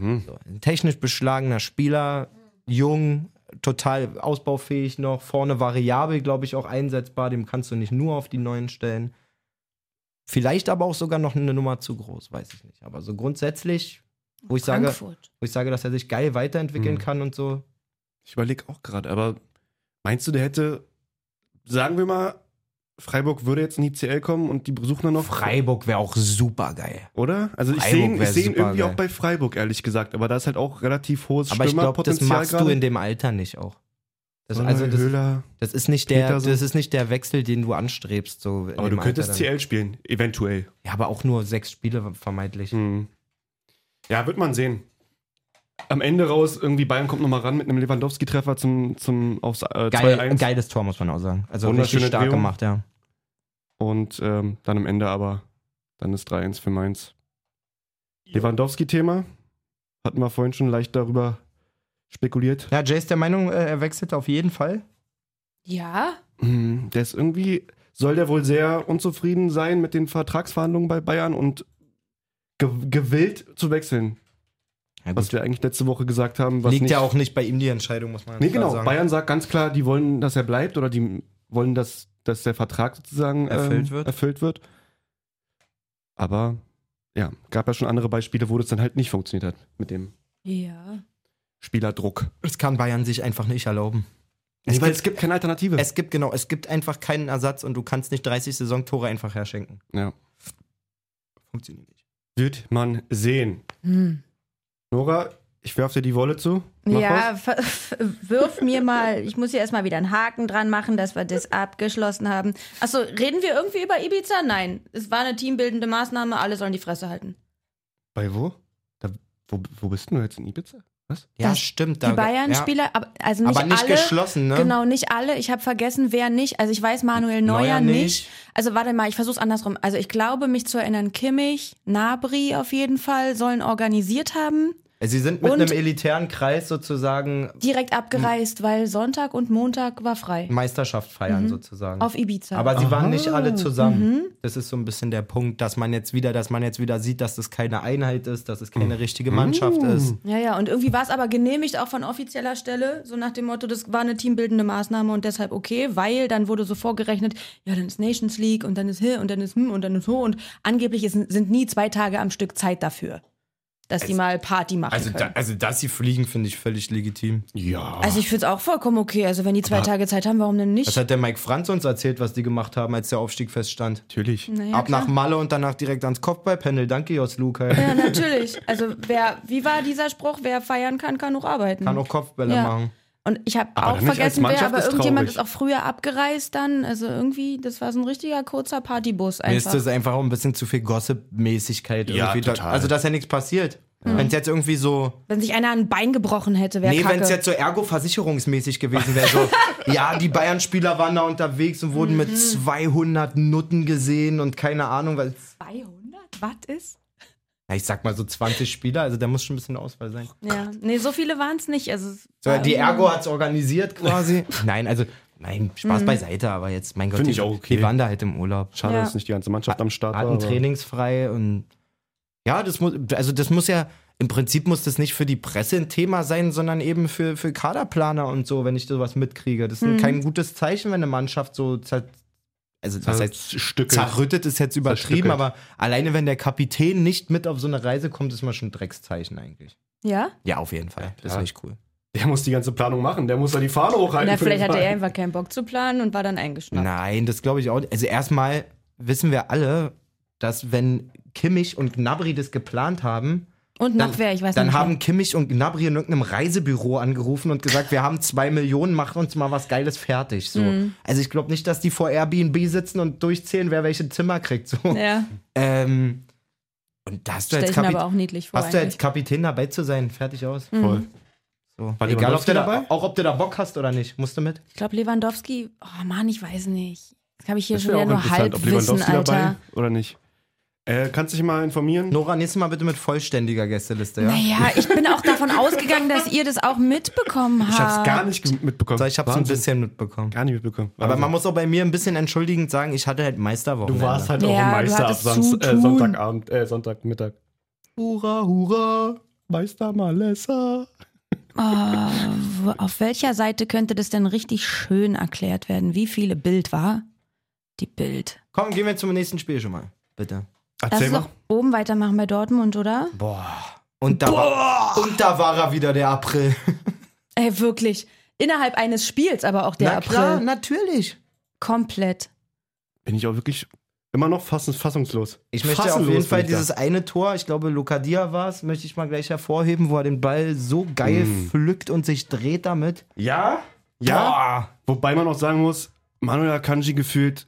S1: Mhm.
S2: So, ein technisch beschlagener Spieler, jung, total ausbaufähig noch, vorne variabel, glaube ich, auch einsetzbar, dem kannst du nicht nur auf die neuen stellen. Vielleicht aber auch sogar noch eine Nummer zu groß, weiß ich nicht. Aber so grundsätzlich, wo ich sage, wo
S3: Frankfurt.
S2: ich sage, dass er sich geil weiterentwickeln
S1: Mhm.
S2: kann und so.
S1: Ich überlege auch gerade, aber meinst du, der hätte, sagen wir mal, Freiburg würde jetzt in die CL kommen und die suchen dann noch
S2: Freiburg wäre auch super geil.
S1: Oder? Also ich
S2: Freiburg
S1: sehe ihn, ich
S2: wär
S1: seh ihn
S2: super
S1: irgendwie
S2: geil.
S1: auch bei Freiburg, ehrlich gesagt. Aber da ist halt auch relativ hohes
S2: Aber ich glaube, das
S1: Stürmerpotenzial
S2: machst du
S1: gerade.
S2: in dem Alter nicht auch. Das,
S1: Sondern
S2: also das,
S1: Höhler.
S2: das, ist nicht der,
S1: Petersen.
S2: das ist nicht der Wechsel, den du anstrebst. So in
S1: Aber du
S2: dem
S1: könntest
S2: Alter dann.
S1: CL spielen, eventuell.
S2: Ja, aber auch nur sechs Spiele vermeintlich.
S1: Hm. Ja, wird man sehen. Am Ende raus, irgendwie Bayern kommt nochmal ran mit einem Lewandowski-Treffer zum, zum aufs äh,
S2: Geil,
S1: 2-1.
S2: geiles Tor, muss man auch sagen. Also richtig
S1: Wunderschöne
S2: stark
S1: Drehung.
S2: gemacht, ja.
S1: Und ähm, dann am Ende aber, dann ist 3-1 für Mainz. Lewandowski-Thema hatten wir vorhin schon leicht darüber spekuliert.
S2: Ja, Jay ist der Meinung, äh, er wechselt auf jeden Fall.
S3: Ja,
S1: Hm, Der ist irgendwie, soll der wohl sehr unzufrieden sein mit den Vertragsverhandlungen bei Bayern und ge gewillt zu wechseln.
S2: Ja,
S1: Was wir eigentlich letzte Woche gesagt haben. Was
S2: Liegt
S1: nicht,
S2: ja auch nicht bei ihm die Entscheidung, muss man
S1: Nee,
S2: klar
S1: genau.
S2: sagen.
S1: Bayern sagt ganz klar, die wollen, dass er bleibt oder die wollen, dass, dass der Vertrag sozusagen ähm,
S2: Erfüllt wird.
S1: erfüllt wird. Aber ja, gab ja schon andere Beispiele, wo das dann halt nicht funktioniert hat mit dem
S3: ja.
S1: Spielerdruck.
S2: Das kann Bayern sich einfach nicht erlauben. Es,
S1: Nee, weil
S2: gibt,
S1: es gibt keine Alternative.
S2: es gibt, genau, es gibt einfach keinen Ersatz und du kannst nicht 30 Saisontore einfach herschenken.
S1: Ja.
S2: Funktioniert nicht.
S1: Wird man sehen.
S3: Hm.
S1: Nora, Ich werfe dir die Wolle zu. Mach
S3: ja,
S1: was.
S3: ver- f- wirf mir mal, ich muss hier erstmal wieder einen Haken dran machen, dass wir das abgeschlossen haben. Achso, reden wir irgendwie über Ibiza? Nein, es war eine teambildende Maßnahme, alle sollen die Fresse halten.
S1: Bei wo? Da, wo? Wo bist denn du jetzt in Ibiza? Was?
S2: Ja,
S3: Das-
S2: stimmt.
S3: Die Bayern-Spieler, ab- also
S2: ja.
S3: nicht,
S2: aber nicht
S3: alle.
S2: geschlossen, ne?
S3: Genau, nicht alle. Ich habe vergessen, wer nicht. Also ich weiß Manuel
S2: Neuer
S3: Neuer, nicht.
S2: nicht.
S3: Also warte mal, ich versuch's andersrum. Also ich glaube, mich zu erinnern, Kimmich, Nabri auf jeden Fall sollen organisiert haben.
S2: Sie sind mit
S3: Und-
S2: einem elitären Kreis sozusagen
S3: Direkt abgereist, weil Sonntag und Montag war frei.
S2: Meisterschaft feiern sozusagen.
S3: Auf Ibiza.
S2: aber sie waren nicht
S3: Oh,
S2: alle zusammen.
S3: mhm.
S2: Das ist so ein bisschen der Punkt, dass man jetzt wieder, dass man jetzt wieder sieht, dass das keine Einheit ist, dass es keine richtige Mannschaft
S3: Oh.
S2: ist.
S3: ja, ja, und irgendwie war es aber genehmigt, auch von offizieller Stelle, so nach dem Motto, das war eine teambildende Maßnahme und deshalb okay, weil dann wurde so vorgerechnet, ja, dann ist Nations League und dann ist hier und dann ist hm und dann ist ho und angeblich ist, sind nie zwei Tage am Stück Zeit dafür, dass die mal Party machen
S2: Also,
S3: können.
S2: da, also dass sie fliegen, finde ich völlig legitim.
S1: Ja.
S3: Also ich finde es auch vollkommen okay. Also wenn die zwei Tage Zeit haben, warum denn nicht?
S2: Das hat der Mike Franz uns erzählt, was die gemacht haben, als der Aufstieg feststand.
S1: Natürlich.
S3: Naja,
S2: Ab
S3: klar.
S2: nach Malle und danach direkt ans Kopfballpanel. Danke, Jos Lukai.
S3: ja, natürlich. Also wer, wie war dieser Spruch? Wer feiern kann, kann auch arbeiten.
S2: Kann auch Kopfbälle
S3: Ja.
S2: machen.
S3: Und ich habe
S1: Aber
S3: auch
S1: dann nicht als
S3: vergessen, wer,
S1: Mannschaft
S3: aber
S1: ist
S3: irgendjemand
S1: traurig.
S3: ist auch früher abgereist dann. Also irgendwie, das war so ein richtiger kurzer Partybus
S2: Mir ist
S3: einfach.
S2: das einfach auch ein bisschen zu viel Gossip-Mäßigkeit.
S1: Ja,
S2: irgendwie. Da-
S1: total.
S2: Also, dass ja nichts passiert. Wenn es jetzt irgendwie so
S3: Wenn sich einer ein Bein gebrochen hätte, wäre
S2: Nee, wenn es
S3: kacke.
S2: jetzt so ergo-versicherungsmäßig gewesen wäre, so, ja, die Bayern-Spieler waren da unterwegs und wurden
S1: Mhm.
S2: mit 200 Nutten gesehen und keine Ahnung, weil,
S3: 200 Watt ist?
S2: ja, ich sag mal so 20 Spieler, also da muss schon ein bisschen Auswahl sein.
S3: Ja, nee, so viele waren es nicht. Also es
S2: So,
S3: war
S2: die
S3: irgendwie-
S2: Ergo hat es organisiert quasi. nein, also, nein, Spaß beiseite, aber jetzt, mein Gott,
S1: Finde
S2: die,
S1: Mhm. ich auch okay.
S2: die waren da halt im Urlaub.
S1: Schade,
S3: Ja.
S1: dass nicht die ganze Mannschaft am Start war.
S2: hatten
S1: aber-
S2: trainingsfrei und ja, das muss, also das muss ja, im Prinzip muss das nicht für die Presse ein Thema sein, sondern eben für, für Kaderplaner und so, wenn ich sowas mitkriege. Das ist ein- kein gutes Zeichen, wenn eine Mannschaft so zer, also das heißt,
S1: Stücke.
S2: zerrüttet ist jetzt übertrieben,
S1: Zerstückelt.
S2: aber alleine wenn der Kapitän nicht mit auf so eine Reise kommt, ist man schon ein Dreckszeichen eigentlich.
S3: Ja?
S2: Ja, auf jeden Fall. das ist
S1: klar.
S2: nicht cool.
S1: Der muss die ganze Planung machen. Der muss da die Fahne hochhalten.
S3: Na,
S1: für
S3: vielleicht
S1: den
S3: hatte er
S1: Verein.
S3: einfach keinen Bock zu planen und war dann eingeschnappt.
S2: Nein, das glaube ich auch. Also erstmal wissen wir alle, dass wenn Kimmich und Gnabry das geplant haben,
S3: Und noch wer, ich weiß
S2: Dann
S3: nicht. mehr.
S2: haben Kimmich und Gnabry in irgendeinem Reisebüro angerufen und gesagt, wir haben zwei Millionen, macht uns mal was Geiles fertig. So.
S3: Mhm.
S2: Also ich glaube nicht, dass die vor Airbnb sitzen und durchzählen, wer welche Zimmer kriegt. So.
S3: ja,
S2: Ähm, und da hast du,
S3: stelle
S2: als,
S3: ich mir
S2: Kapi
S3: aber auch niedlich vor.
S2: hast du als
S3: eigentlich. Mhm.
S2: Kapitän dabei zu sein, fertig aus.
S1: Voll.
S2: So.
S1: War
S2: Egal, ob
S1: Lewandowski
S2: du da,
S1: dabei?
S2: auch ob du da Bock hast oder nicht, musst du mit.
S3: Ich glaube, Lewandowski, oh Mann, ich weiß nicht. Das habe ich hier
S1: Das
S3: schon
S1: wäre
S3: wieder
S1: auch
S3: nur
S1: interessant,
S3: halb
S1: ob
S3: wissen,
S1: Lewandowski
S3: Alter.
S1: dabei oder nicht. Äh, kannst dich mal informieren?
S2: Nora, nächstes Mal bitte mit vollständiger Gästeliste, ja?
S3: Naja, ich bin auch davon ausgegangen, dass ihr das auch mitbekommen habt.
S1: Ich hab's gar nicht ge- mitbekommen.
S2: So, Also ich hab's
S1: Wahnsinn.
S2: ein bisschen mitbekommen.
S1: Gar nicht mitbekommen.
S2: Aber
S1: Wahnsinn.
S2: man muss auch bei mir ein bisschen entschuldigend sagen, ich hatte halt Meisterwochenende.
S1: Du warst halt
S3: Ja,
S1: auch ein
S3: du
S1: Meister ab
S3: hattest
S1: Sonst,
S3: zu
S1: äh,
S3: tun.
S1: Sonntagabend, äh, Sonntagmittag. Hurra, hurra, Meister Malessa.
S3: Ah, Wo- Auf welcher Seite könnte das denn richtig schön erklärt werden? Wie viele Bild war? Die Bild.
S2: Komm, gehen wir zum nächsten Spiel schon mal. Bitte.
S3: Lass
S1: Erzähl
S3: uns
S1: mal.
S3: doch oben weitermachen bei Dortmund, oder?
S2: Boah. Und da, War, und da war er wieder, der April.
S3: Ey, wirklich. Innerhalb eines Spiels, aber auch der
S2: Na
S3: April.
S2: klar, natürlich.
S3: Komplett.
S1: Bin ich auch wirklich immer noch fass fassungslos.
S2: Ich möchte
S1: Fassungslos
S2: auf jeden
S1: bin
S2: Fall
S1: ich da.
S2: dieses eine Tor, ich glaube, Lukadia war es, möchte ich mal gleich hervorheben, wo er den Ball so geil pflückt und sich dreht damit.
S1: Ja? Ja? Wobei man auch sagen muss, Manuel Akanji gefühlt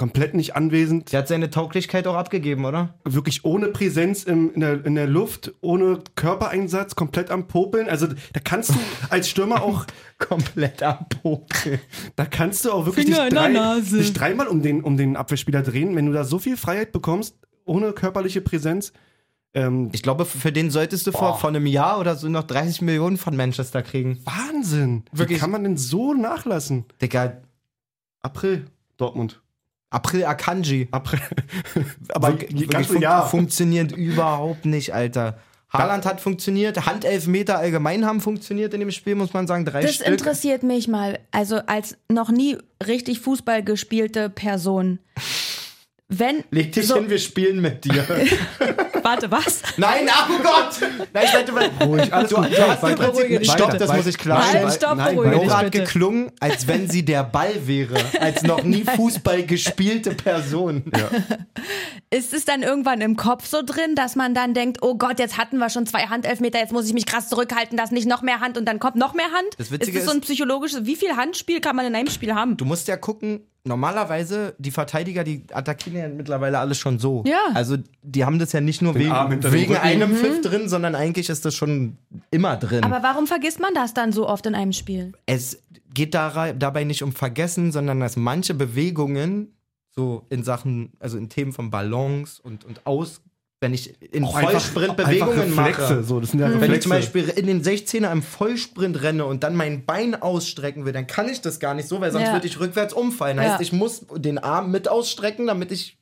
S1: komplett nicht anwesend,
S2: Der hat seine Tauglichkeit auch abgegeben, oder?
S1: wirklich ohne Präsenz im, in, der, in der Luft, ohne Körpereinsatz, komplett am Popeln. Also da kannst du als Stürmer auch,
S2: Komplett am Pokel.
S1: da kannst du auch wirklich dich,
S3: Finger in der
S1: drei,
S3: Nase.
S1: dich dreimal um den, um den Abwehrspieler drehen, wenn du da so viel Freiheit bekommst, ohne körperliche Präsenz. Ähm,
S2: Ich glaube, für den solltest du vor, vor einem Jahr oder so noch 30 Millionen von Manchester kriegen.
S1: Wahnsinn! Wie
S2: Wirklich.
S1: kann man denn so nachlassen?
S2: Digga,
S1: April, Dortmund.
S2: April Akanji.
S1: April.
S2: Aber
S1: Wirklich-
S2: wirklich
S1: ganze
S2: fun
S1: Jahr.
S2: funktioniert überhaupt nicht, Alter. Haaland hat funktioniert, Handelfmeter allgemein haben funktioniert in dem Spiel, muss man sagen. Drei
S3: Das
S2: Stück.
S3: interessiert mich mal. Also als noch nie richtig Fußball gespielte Person. Wenn
S2: Leg dich
S3: so,
S2: hin, wir spielen mit dir.
S3: Warte, was?
S2: Nein, ach oh Gott! Nein, ich hätte mal.
S1: Ruhig, alles
S2: Du,
S1: gut.
S2: du hast im
S1: Weiter,
S2: Prinzip einen
S1: weiter,
S2: Stopp, das
S1: weiter.
S2: muss ich
S3: Nein,
S2: klarstellen.
S3: stopp,
S1: nein,
S3: beruhige dich
S2: Nora hat
S3: bitte.
S2: geklungen, als wenn sie der Ball wäre, als noch nie Fußball gespielte Person.
S3: Ist es dann irgendwann im Kopf so drin, dass man dann denkt, oh Gott, jetzt hatten wir schon zwei Handelfmeter, jetzt muss ich mich krass zurückhalten, dass nicht noch mehr Hand und dann kommt noch mehr Hand?
S2: Das Witzige
S3: ist das so ein psychologisches, wie viel Handspiel kann man in einem Spiel haben?
S2: Du musst ja gucken, normalerweise, die Verteidiger, die attackieren ja mittlerweile alles schon so.
S3: Ja. Mhm.
S2: Also, die haben das ja nicht nur
S1: Arm
S2: wegen,
S1: hinter den
S2: wegen
S1: Rücken.
S2: einem Pfiff drin, sondern eigentlich ist das schon immer drin.
S3: Aber warum vergisst man das dann so oft in einem Spiel?
S2: es geht dara- dabei nicht um Vergessen, sondern dass manche Bewegungen so in Sachen, also in Themen von Balance und, und aus, wenn ich in
S1: Auch einfach-
S2: Vollsprint
S1: einfach
S2: Bewegungen
S1: Reflexe,
S2: mache.
S1: So, das sind ja Reflexe.
S2: Wenn ich zum Beispiel in den 16er im Vollsprint renne und dann mein Bein ausstrecken will, dann kann ich das gar nicht so, weil sonst
S3: Ja.
S2: würde ich rückwärts umfallen. Heißt,
S3: Ja.
S2: ich muss den Arm mit ausstrecken, damit ich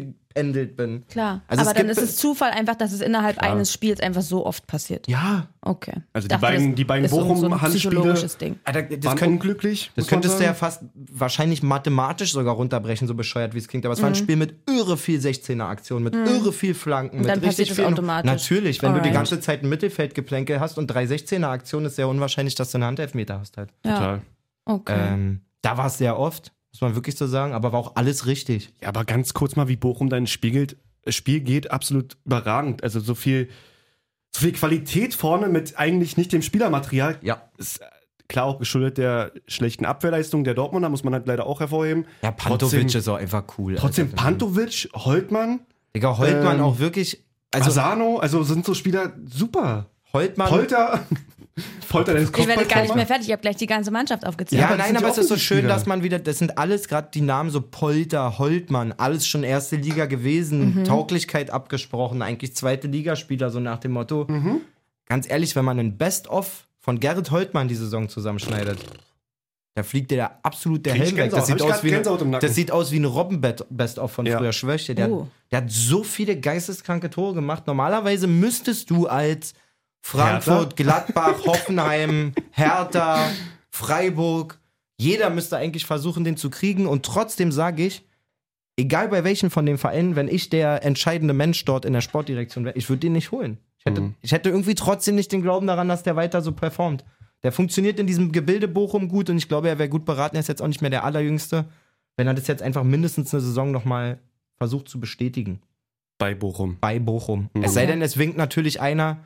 S2: ausgependelt bin.
S3: Klar.
S2: Also
S3: Aber
S2: es
S3: dann
S2: gibt-
S3: ist es Zufall einfach, dass es innerhalb eines Spiels einfach so oft passiert.
S2: Ja,
S3: Okay.
S1: Also die
S3: Dachte,
S1: beiden-
S3: das
S1: die beiden
S3: ist irgend so ein
S1: Bochum-Handspiele-
S3: psychologisches Ding.
S2: Alter,
S1: das
S2: das
S1: können,
S2: können,
S1: unglücklich.
S2: Das
S1: muss man
S2: könntest du ja
S1: sagen.
S2: fast wahrscheinlich mathematisch sogar runterbrechen, so bescheuert wie es klingt. Aber es war ein
S3: Mhm.
S2: Spiel mit irre viel 16er-Aktionen, mit irre viel Flanken, mit
S3: dann passiert
S2: richtig
S3: es
S2: viel.
S3: automatisch.
S2: Natürlich, wenn du die
S3: Alright.
S2: ganze Zeit ein Mittelfeldgeplänkel hast und drei 16er-Aktionen, ist sehr unwahrscheinlich, dass du einen Handelfmeter hast halt.
S3: Ja.
S1: Total.
S3: Okay.
S2: Ähm, da war es sehr oft, muss man wirklich so sagen, aber war auch alles richtig.
S1: Ja, aber ganz kurz mal, wie Bochum dein Spiegelt, äh, Spiel geht, absolut überragend. Also so viel, so viel Qualität vorne mit eigentlich nicht dem Spielermaterial.
S2: Ja.
S1: Ist äh, klar auch geschuldet der schlechten Abwehrleistung der Dortmunder, muss man halt leider auch hervorheben.
S2: Ja, Pantovic
S1: Trotzdem,
S2: ist auch einfach cool.
S1: trotzdem
S2: Alter.
S1: Pantovic, Holtmann,
S2: Digga, Holtmann
S1: ähm,
S2: auch wirklich. Also,
S1: Asano, also sind so Spieler super.
S2: Holtmann.
S1: Polter, Polter deines
S3: Also- Ich werde gar nicht mehr
S1: Kopfballtrauma.
S3: fertig, ich habe gleich die ganze Mannschaft aufgezählt.
S2: Ja,
S1: aber das
S2: nein,
S1: sind
S2: aber
S1: die
S2: es ist so schön,
S1: Offensivspieler.
S2: dass man wieder, das sind alles gerade die Namen so Polter, Holtmann, alles schon erste Liga gewesen,
S1: Mhm.
S2: Tauglichkeit abgesprochen, eigentlich zweite Ligaspieler, so nach dem Motto.
S1: Mhm.
S2: Ganz ehrlich, wenn man ein Best-of von Gerrit Holtmann die Saison zusammenschneidet, da fliegt dir da absolut der
S1: Krieg ich
S2: Helm weg.
S1: Gänsehaut.
S2: Das sieht,
S1: Hab ich
S2: aus
S1: grad
S2: wie
S1: Gänsehaut im
S2: eine,
S1: Nacken.
S2: das sieht aus wie ein Robben-Best-of von
S1: Ja.
S2: früher, schwör ich dir. Der,
S3: Oh.
S2: der hat so viele geisteskranke Tore gemacht. Normalerweise müsstest du als Frankfurt, Gladbach, Hoffenheim, Hertha, Freiburg. Jeder müsste eigentlich versuchen, den zu kriegen. Und trotzdem sage ich, egal bei welchen von den Vereinen, wenn ich der entscheidende Mensch dort in der Sportdirektion wäre, ich würde den nicht holen. Ich hätte, ich hätte irgendwie trotzdem nicht den Glauben daran, dass der weiter so performt. Der funktioniert in diesem Gebilde Bochum gut und ich glaube, er wäre gut beraten. Er ist jetzt auch nicht mehr der Allerjüngste, wenn er das jetzt einfach mindestens eine Saison nochmal versucht zu bestätigen.
S1: Bei Bochum.
S2: Bei Bochum. Es sei denn, es winkt natürlich einer,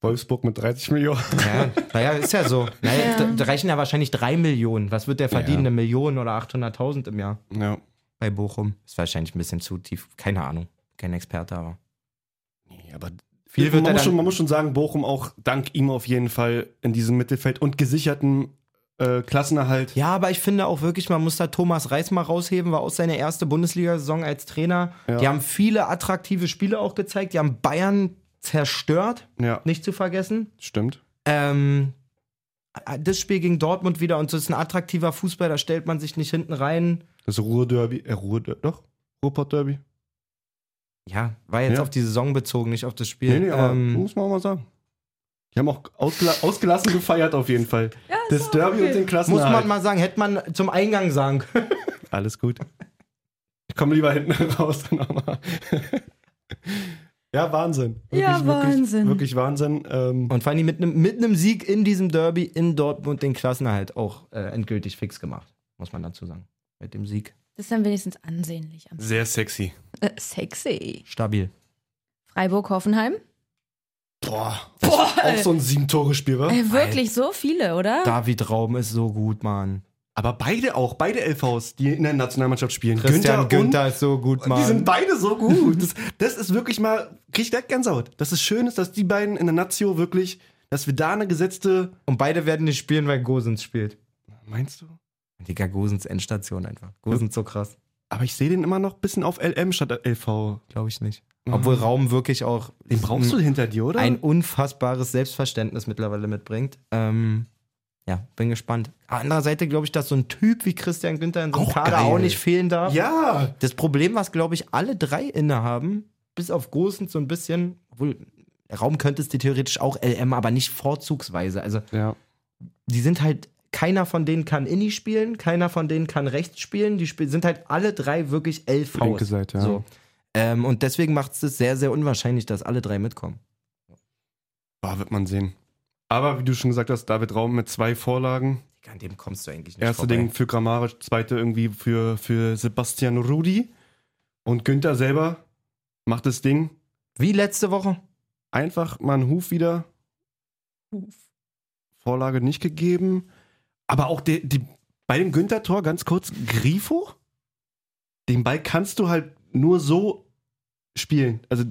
S1: Wolfsburg mit 30 Millionen.
S2: Ja, naja, ist ja so. Naja,
S3: Ja.
S2: da- Da reichen ja wahrscheinlich drei Millionen. Was wird der verdienen?
S1: Ja.
S2: Eine Million oder 800.000 im Jahr
S1: Ja.
S2: bei Bochum? Ist wahrscheinlich ein bisschen zu tief. Keine Ahnung. Kein Experte, aber.
S1: Nee, aber
S2: Viel wird er
S1: man, muss
S2: dann-
S1: schon, man muss schon sagen, Bochum auch dank ihm auf jeden Fall in diesem Mittelfeld und gesicherten äh, Klassenerhalt.
S2: Ja, aber ich finde auch wirklich, man muss da Thomas Reis mal rausheben, war auch seine erste Bundesliga-Saison als Trainer.
S1: Ja.
S2: Die haben viele attraktive Spiele auch gezeigt. Die haben Bayern zerstört,
S1: Ja,
S2: nicht zu vergessen.
S1: stimmt.
S2: Ähm, das Spiel gegen Dortmund wieder und das ist ein attraktiver Fußball, da stellt man sich nicht hinten rein.
S1: Das Ruhrderby, äh, Ruhr, doch, Ruhrpott-Derby.
S2: Ja, war jetzt
S1: Ja.
S2: auf die Saison bezogen, nicht auf das Spiel.
S1: Nee, nee, aber
S2: Ähm,
S1: muss man auch mal sagen. Die haben auch ausgela ausgelassen gefeiert auf jeden Fall. das Derby und den
S2: Muss
S1: Klassenerhalt.
S2: man mal sagen, hätte man zum Eingang sagen können.
S1: Alles gut. Ich komme lieber hinten raus dann nochmal. ja, Wahnsinn.
S3: Ja,
S1: Wirklich,
S3: Wahnsinn.
S1: wirklich Wahnsinn. Ähm,
S2: Und vor allem mit einem mit einem Sieg in diesem Derby in Dortmund den Klassenerhalt auch äh, endgültig fix gemacht, muss man dazu sagen. Mit dem Sieg.
S3: Das ist dann wenigstens ansehnlich. am-
S1: sehr sexy.
S3: Äh, sexy.
S2: Stabil.
S3: Freiburg-Hoffenheim?
S1: Boah.
S3: Boah,
S1: Auch so ein Sieben-Tore-Spiel,
S2: Oh,
S1: wa?
S3: Ey, Äh, wirklich so viele, oder?
S2: David Raum ist so gut, Mann.
S1: Aber beide auch, beide LVs, die in der Nationalmannschaft spielen.
S2: Christian Günther,
S1: Günther
S2: ist so gut,
S1: und, die sind
S2: Mann.
S1: beide so gut. Das, das ist wirklich mal, krieg ich direkt Gänsehaut. Dass es schön ist, dass die beiden in der Nazio wirklich, dass wir da eine gesetzte,
S2: Und beide werden nicht spielen, weil Gosens spielt.
S1: meinst du?
S2: Digga, Gosens Endstation einfach. Gosens so krass.
S1: Aber ich sehe den immer noch ein bisschen auf LM statt LV.
S2: Glaube ich nicht. Obwohl Raum wirklich auch.
S1: Mhm. Den brauchst du hinter dir, oder?
S2: ein unfassbares Selbstverständnis mittlerweile mitbringt. Ähm, ja, bin gespannt. Andererseits glaube ich, dass so ein Typ wie Christian Günther in so einem
S1: Auch
S2: Kader
S1: geil.
S2: auch nicht fehlen darf.
S1: ja.
S2: Das Problem, was glaube ich alle drei innehaben, bis auf Großen so ein bisschen, obwohl Raum könntest du theoretisch auch LM, aber nicht vorzugsweise. Also
S1: Ja.
S2: die sind halt, keiner von denen kann Inni spielen, keiner von denen kann rechts spielen. Die spiel, sind halt alle drei wirklich LVs.
S1: Linke Seite, ja.
S2: So. Ähm, und deswegen macht es es sehr, sehr unwahrscheinlich, dass alle drei mitkommen.
S1: Boah, wird man sehen. Aber wie du schon gesagt hast, David Raum mit zwei Vorlagen.
S2: An dem kommst du eigentlich nicht
S1: Erste
S2: vorbei.
S1: Ding für Grammaric, zweite irgendwie für, für Sebastian Rudi. Und Günther selber macht das Ding.
S2: Wie letzte Woche?
S1: Einfach mal einen Huf wieder. Vorlage nicht gegeben. Aber auch die, die, bei dem Günther-Tor ganz kurz, Grifo, den Ball kannst du halt nur so spielen. Also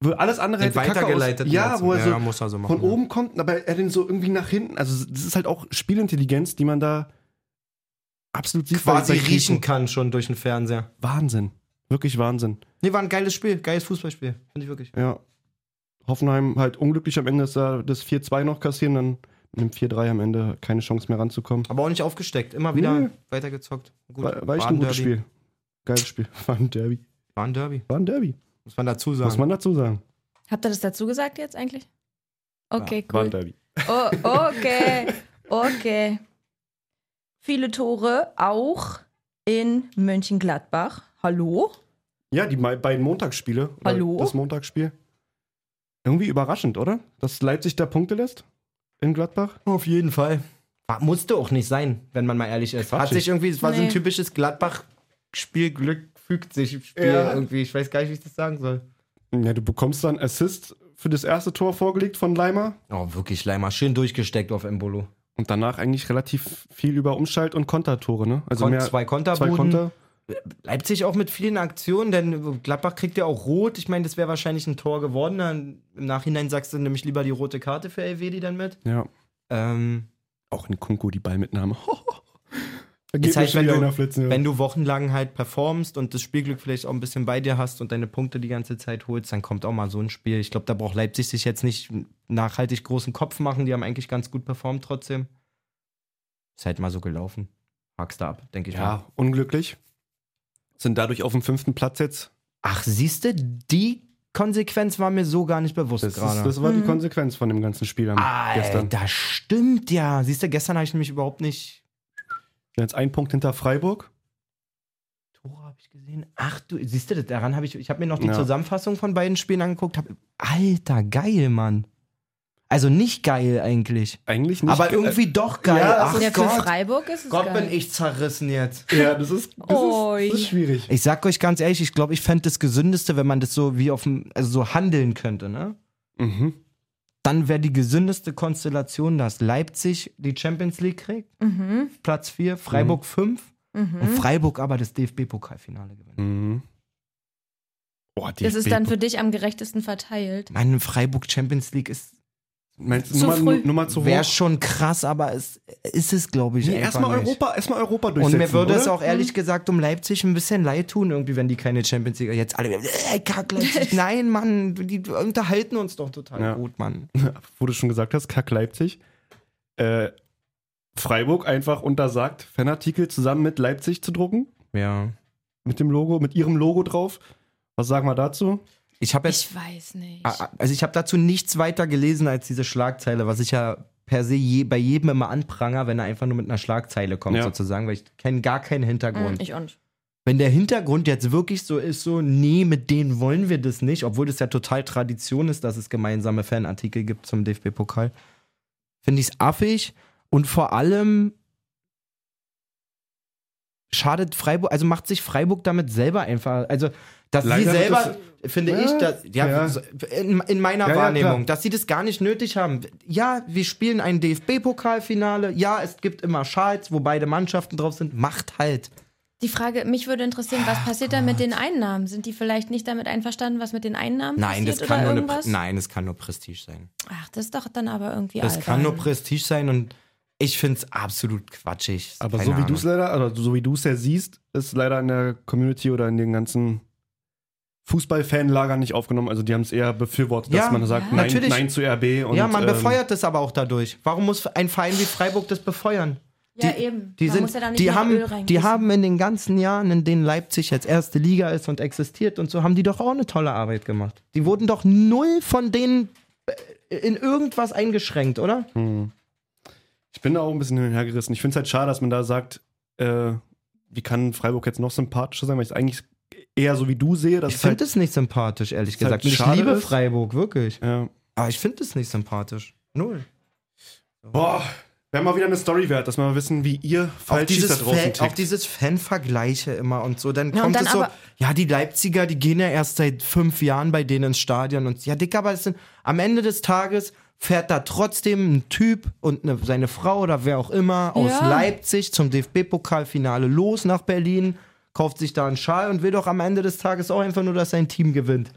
S1: wo alles andere hätte Kacke Aus, ja, wo er so
S2: muss er so
S1: von oben kommt, aber er den so irgendwie nach hinten. Also das ist halt auch Spielintelligenz, die man da absolut sieht.
S2: quasi
S1: bei- bei Grifo.
S2: riechen kann schon durch den Fernseher.
S1: Wahnsinn. Wirklich Wahnsinn.
S2: Nee, war ein geiles Spiel, geiles Fußballspiel. Finde ich wirklich.
S1: Ja. Hoffenheim halt unglücklich am Ende, dass da das 4-2 noch kassieren, dann mit dem 4-3 am Ende keine Chance mehr ranzukommen.
S2: Aber auch nicht aufgesteckt, immer wieder
S1: Nee.
S2: weitergezockt. Gut.
S1: War, war echt ein gutes Spiel. Geiles Spiel. War ein Derby.
S2: War ein Derby,
S1: War ein Derby.
S2: muss man dazu
S1: Muss
S2: sagen.
S1: man dazu sagen.
S3: Habt ihr das dazu gesagt jetzt eigentlich? Okay,
S1: War
S3: cool.
S1: ein Derby.
S3: Oh, okay, okay. Viele Tore auch in Mönchengladbach. Hallo?
S1: Ja, die mei- beiden Montagsspiele. oder
S3: Hallo?
S1: Das Montagsspiel. Irgendwie überraschend, oder? Dass Leipzig da Punkte lässt in Gladbach.
S2: Auf jeden Fall. War- Musste auch nicht sein, wenn man mal ehrlich ist. Hat
S1: Quatschig.
S2: sich irgendwie, es war so ein
S3: Nee.
S2: typisches Gladbach-Spiel, Glück fügt sich im Spiel
S1: Ja.
S2: irgendwie. Ich weiß gar nicht, wie ich das sagen soll.
S1: Ja, du bekommst dann Assist für das erste Tor vorgelegt von Leimer.
S2: Oh, wirklich, Leimer. Schön durchgesteckt auf Embolo.
S1: Und danach eigentlich relativ viel über Umschalt- und Kontertore, ne? Also
S2: Kon
S1: mehr
S2: zwei
S1: zwei
S2: Konterbuden.
S1: Konter.
S2: Leipzig auch mit vielen Aktionen, denn Gladbach kriegt ja auch rot. Ich meine, das wäre wahrscheinlich ein Tor geworden. Dann Im Nachhinein sagst du nämlich lieber die rote Karte für Elvedi dann mit.
S1: Ja.
S2: Ähm,
S1: Auch in Kunko die Ballmitnahme. da
S2: Ist halt,
S1: mir schon
S2: wenn
S1: wieder
S2: du-
S1: einer flitzen, ja.
S2: Wenn du wochenlang halt performst und das Spielglück vielleicht auch ein bisschen bei dir hast und deine Punkte die ganze Zeit holst, dann kommt auch mal so ein Spiel. Ich glaube, da braucht Leipzig sich jetzt nicht nachhaltig großen Kopf machen. Die haben eigentlich ganz gut performt trotzdem. Ist halt mal so gelaufen. Hakst da ab, denke ich mal.
S1: ja, unglücklich. Sind dadurch auf dem fünften Platz jetzt.
S2: Ach, siehst du, die Konsequenz war mir so gar nicht bewusst
S1: Das, ist,
S2: gerade.
S1: das war die
S3: Mhm.
S1: Konsequenz von dem ganzen Spiel am
S2: Alter,
S1: gestern.
S2: das stimmt ja. Siehst du, gestern habe ich nämlich überhaupt nicht.
S1: Jetzt ein Punkt hinter Freiburg.
S2: Tore habe ich gesehen. Ach du, siehst du, daran habe ich. Ich habe mir noch die
S1: Ja.
S2: Zusammenfassung von beiden Spielen angeguckt. Hab, Alter, geil, Mann. Also nicht geil eigentlich.
S1: Eigentlich nicht.
S2: aber irgendwie doch geil.
S1: ja, das
S2: Ach
S3: ja, für
S2: Gott.
S3: Freiburg ist es
S2: Gott,
S3: geil.
S2: bin ich zerrissen jetzt.
S1: Äh, ja, das ist, das
S3: Oi.
S1: ist, das ist schwierig.
S2: Ich sag euch ganz ehrlich, ich glaube, ich fände das Gesündeste, wenn man das so wie auf dem, also so handeln könnte, ne?
S1: Mhm.
S2: Dann wäre die gesündeste Konstellation, dass Leipzig die Champions League kriegt,
S3: Mhm,
S2: Platz 4,
S1: Mhm.
S2: Freiburg 5 und
S3: mhm.
S2: Freiburg aber das DFB-Pokalfinale gewinnt.
S1: Mhm. Boah, die
S3: Das ist
S1: DFB
S3: dann für dich am gerechtesten verteilt.
S2: Meine Freiburg Champions League ist
S1: Meinst du,
S3: zu
S1: Nummer,
S3: früh.
S1: Nummer zu hoch?
S2: wäre schon krass, aber es ist es glaube ich
S1: nee,
S2: einfach
S1: erstmal
S2: nicht.
S1: Europa, erstmal Europa
S2: Und
S1: durchsetzen.
S2: mir würde
S1: oder?
S2: es auch
S3: Mhm.
S2: ehrlich gesagt um Leipzig ein bisschen leid tun, irgendwie, wenn die keine Champions League jetzt alle äh, kack Leipzig. Nein, Mann, die unterhalten uns doch total
S1: Ja.
S2: gut, Mann.
S1: wo du schon gesagt hast, Kack Leipzig. Äh, Freiburg einfach untersagt, Fanartikel zusammen mit Leipzig zu drucken,
S2: Ja.
S1: mit dem Logo, mit ihrem Logo drauf. Was sagen wir dazu?
S2: Ich habe jetzt
S3: Ich weiß nicht.
S2: Ah, ah, Also ich habe dazu nichts weiter gelesen als diese Schlagzeile, was ich ja per se je, bei jedem immer anpranger, wenn er einfach nur mit einer Schlagzeile kommt
S1: Ja.
S2: sozusagen, weil ich kenne gar keinen
S3: Mhm,
S2: Hintergrund.
S3: ich auch nicht.
S2: wenn der Hintergrund jetzt wirklich so ist, so nee, mit denen wollen wir das nicht, obwohl das ja total Tradition ist, dass es gemeinsame Fanartikel gibt zum DFB-Pokal, finde ich es affig und vor allem schadet Freiburg, also macht sich Freiburg damit selber einfach, also dass sie
S1: Leider wird
S2: selber
S1: das-
S2: finde
S1: Ja,
S2: ich, dass, ja,
S1: ja.
S2: so- In, in meiner
S1: Ja, ja,
S2: Wahrnehmung,
S1: klar.
S2: dass sie das gar nicht nötig haben. Ja, wir spielen ein DFB-Pokalfinale. Ja, es gibt immer Schals, wo beide Mannschaften drauf sind. Macht halt.
S3: Die Frage, mich würde interessieren,
S2: Ah,
S3: was passiert dann mit den Einnahmen? Sind die vielleicht nicht damit einverstanden, was mit den Einnahmen
S2: Nein,
S3: passiert
S2: das kann
S3: oder
S2: nur eine,
S3: irgendwas?
S2: Pre- nein, das kann nur Prestige sein.
S3: Ach, das ist doch dann aber irgendwie
S2: Das
S3: albern.
S2: kann nur Prestige sein und ich finde es absolut quatschig.
S1: Aber
S2: Keine
S1: so wie
S2: Ahnung.
S1: du es leider, also so wie du es ja siehst, ist leider in der Community oder in den ganzen Fußballfanlagern nicht aufgenommen. Also die haben es eher befürwortet,
S2: Ja,
S1: dass man sagt,
S2: ja.
S1: nein,
S2: natürlich.
S1: nein zu RB. Und,
S2: Ja, man
S1: ähm,
S2: befeuert das aber auch dadurch. Warum muss ein Verein wie Freiburg das befeuern?
S3: Ja,
S2: Die-
S3: eben.
S2: Die,
S3: Man
S2: sind,
S3: muss ja da nicht
S2: die,
S3: noch Öl
S2: haben, die
S3: reingießen.
S2: haben in den ganzen Jahren, in denen Leipzig jetzt erste Liga ist und existiert und so, haben die doch auch eine tolle Arbeit gemacht. Die wurden doch null von denen äh, in irgendwas eingeschränkt, oder?
S1: Ich bin da auch ein bisschen hin und her gerissen. Ich finde es halt schade, dass man da sagt, äh, wie kann Freiburg jetzt noch sympathischer sein, weil ich es eigentlich eher so wie du sehe. Dass
S2: Ich
S1: es
S2: finde
S1: halt,
S2: es nicht sympathisch, ehrlich
S1: dass es
S2: gesagt.
S1: halt
S2: Und ich
S1: schade
S2: liebe
S1: ist.
S2: Freiburg, wirklich.
S1: ja.
S2: Aber ich finde es nicht sympathisch. Null.
S1: Boah, wäre mal wieder eine Story wert, dass wir mal wissen, wie ihr
S2: Auch
S1: falsch da
S2: dieses,
S1: draußen
S2: Fan, auch
S1: tickt.
S2: dieses Fanvergleiche immer und so. Dann
S3: Ja, und
S2: kommt
S3: dann
S2: es so,
S3: aber-
S2: ja, die Leipziger, die gehen ja erst seit fünf Jahren bei denen ins Stadion. Und ja, Dick, aber es sind, am Ende des Tages fährt da trotzdem ein Typ und eine, seine Frau oder wer auch immer aus
S3: Ja.
S2: Leipzig zum DFB-Pokalfinale los nach Berlin, kauft sich da einen Schal und will doch am Ende des Tages auch einfach nur, dass sein Team gewinnt.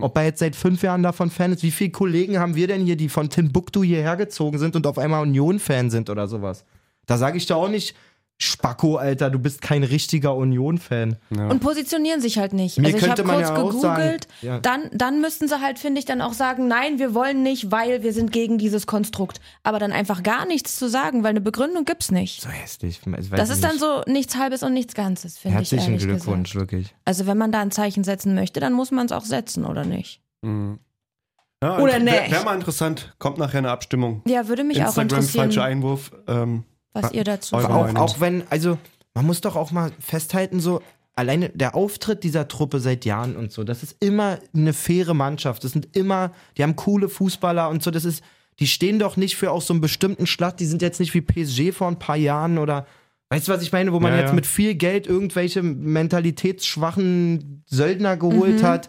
S2: Ob er jetzt seit fünf Jahren davon Fan ist, wie viele Kollegen haben wir denn hier, die von Timbuktu hierher gezogen sind und auf einmal Union-Fan sind oder sowas? Da sage ich da auch nicht, Spacko, Alter, du bist kein richtiger Union-Fan.
S3: Und positionieren sich halt nicht.
S2: Mir
S3: also ich
S2: könnte
S3: habe
S2: man
S3: kurz
S2: ja auch sagen-
S3: gegoogelt,
S2: Ja.
S3: dann, dann müssten sie halt, finde ich, dann auch sagen, nein, wir wollen nicht, weil wir sind gegen dieses Konstrukt. Aber dann einfach gar nichts zu sagen, weil eine Begründung gibt's nicht.
S2: So Ah, hässlich. Ich weiß
S3: Das ist
S2: nicht.
S3: dann so nichts halbes und nichts Ganzes, finde ich.
S2: Herzlichen
S3: ehrlich
S2: Glückwunsch,
S3: Gesagt.
S2: wirklich.
S3: Also wenn man da ein Zeichen setzen möchte, dann muss man es auch setzen, oder nicht?
S1: Ja,
S3: Oder
S1: Wäre
S3: nicht.
S1: wär mal interessant. Kommt nachher eine Abstimmung.
S3: Ja, würde mich auch
S1: Instagram, falscher
S3: interessieren,
S1: Einwurf. Ähm,
S3: was ihr dazu
S1: Eure
S3: sagt.
S2: Auch,
S1: Meinung.
S2: auch wenn, also, man muss doch auch mal festhalten, so, alleine der Auftritt dieser Truppe seit Jahren und so, das ist immer eine faire Mannschaft. Das sind immer, die haben coole Fußballer und so, das ist, die stehen doch nicht für auch so einen bestimmten Schlag, die sind jetzt nicht wie PSG vor ein paar Jahren oder. Weißt du, was ich meine, wo man
S1: Ja,
S2: jetzt
S1: ja.
S2: mit viel Geld irgendwelche mentalitätsschwachen Söldner
S3: Mhm.
S2: geholt hat?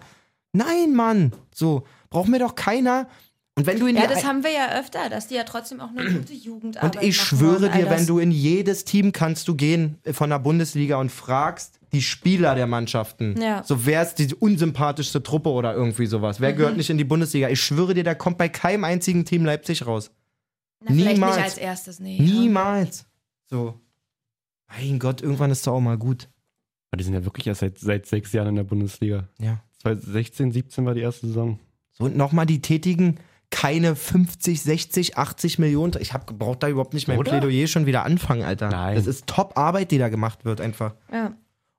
S2: Nein, Mann, so braucht mir doch keiner. Und wenn du in
S3: Ja,
S2: die
S3: das haben wir ja öfter, dass die ja trotzdem auch eine gute Jugendarbeit
S2: Und
S3: machen.
S2: ich schwöre
S3: und all
S2: dir, wenn
S3: das.
S2: du in jedes Team kannst du gehen äh, von der Bundesliga und fragst die Spieler der Mannschaften.
S3: Ja.
S2: So, wer ist die unsympathischste Truppe oder irgendwie sowas? Wer gehört nicht in die Bundesliga? Ich schwöre dir, da kommt bei keinem einzigen Team Leipzig raus.
S3: Na, vielleicht
S2: niemals-
S3: nicht als erstes, nee.
S2: Niemals. So. Mein Gott, irgendwann ist doch auch mal gut.
S1: die sind ja wirklich erst seit, seit sechs Jahren in der Bundesliga.
S2: Ja.
S1: 2016, 17 war die erste Saison.
S2: So, und nochmal die tätigen keine 50, 60, 80 Millionen. Ich hab, brauch da überhaupt nicht mein
S1: Oder?
S2: Plädoyer schon wieder anfangen, Alter.
S1: Nein.
S2: Das ist Top-Arbeit, die da gemacht wird, einfach.
S3: ne? Ja.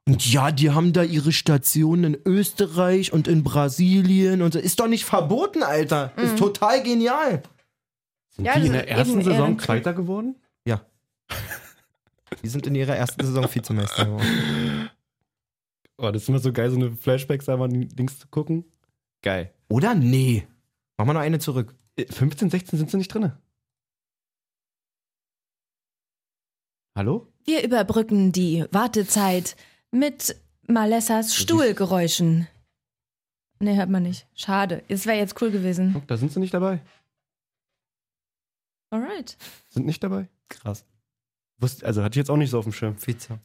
S2: Und ja, die haben da ihre Stationen in Österreich und in Brasilien und so. Ist doch nicht verboten, Alter. Ist total genial.
S1: Sind
S3: Ja,
S1: die in
S3: das ist
S1: der
S3: eben
S1: ersten
S3: eher
S1: Saison
S3: ein Club.
S1: Zweiter geworden?
S2: Ja. Die sind in ihrer ersten Saison Vizemeister geworden.
S1: Oh, das ist immer so geil, so eine Flashbacks einfach an die Dings zu gucken. Geil.
S2: Oder? Nee. Machen wir noch eine zurück.
S1: Äh, 15, 16 sind sie nicht drin. Hallo?
S3: Wir überbrücken die Wartezeit mit Malessas Stuhlgeräuschen. Nee, hört man nicht. Schade. Es wäre jetzt cool gewesen.
S1: Guck, Da sind sie nicht dabei.
S3: Alright.
S1: Sind nicht dabei.
S2: Krass.
S1: Wusst, also hatte ich jetzt auch nicht so auf dem Schirm.
S2: Vize.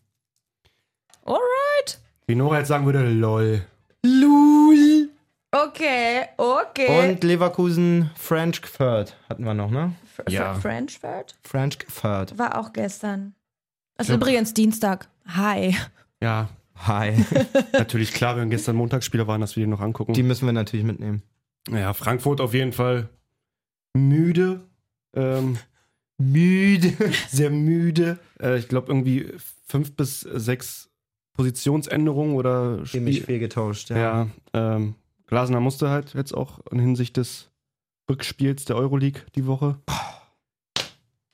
S3: Alright.
S1: Wie Nora jetzt sagen würde, lol.
S2: Lul.
S3: Okay, okay.
S2: Und Leverkusen French Third hatten wir noch, ne?
S3: F
S1: ja.
S3: F- Frenchford
S2: French Third.
S3: war auch gestern. Das ist
S1: Ja.
S3: übrigens Dienstag. Hi.
S1: Ja,
S2: Hi.
S1: natürlich klar, wenn gestern Montagsspieler waren, dass wir die noch angucken.
S2: Die müssen wir natürlich mitnehmen.
S1: ja, Frankfurt auf jeden Fall müde. Ähm,
S2: Müde.
S1: sehr müde. Äh, ich glaube, irgendwie fünf bis sechs Positionsänderungen oder
S2: Ziemlich
S1: Spiel.
S2: viel getauscht, ja.
S1: Ja, ähm, Glasner musste halt jetzt auch in Hinsicht des Rückspiels der Euroleague die Woche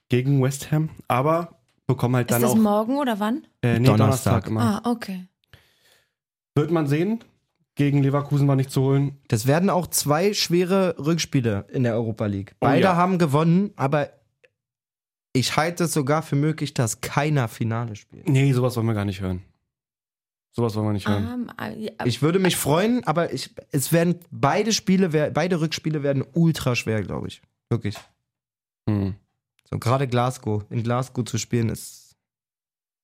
S1: gegen West Ham. Aber bekommen halt
S3: Ist
S1: dann
S3: das
S1: auch
S3: morgen oder wann?
S1: äh, nee,
S2: Donnerstag.
S1: Donnerstag immer.
S3: Ah, okay.
S1: Wird man sehen. Gegen Leverkusen war nicht zu holen.
S2: Das werden auch zwei schwere Rückspiele in der Europa League.
S1: Oh
S2: Beide
S1: ja.
S2: haben gewonnen, aber ich halte es sogar für möglich, dass keiner Finale spielt.
S1: Nee, sowas wollen wir gar nicht hören. Sowas wollen wir nicht hören.
S3: Um, ah, ja,
S2: Ich würde mich freuen, aber ich, es werden beide Spiele, wer- beide Rückspiele werden ultra schwer, glaube ich. Wirklich.
S1: Hm.
S2: So gerade Glasgow, in Glasgow zu spielen ist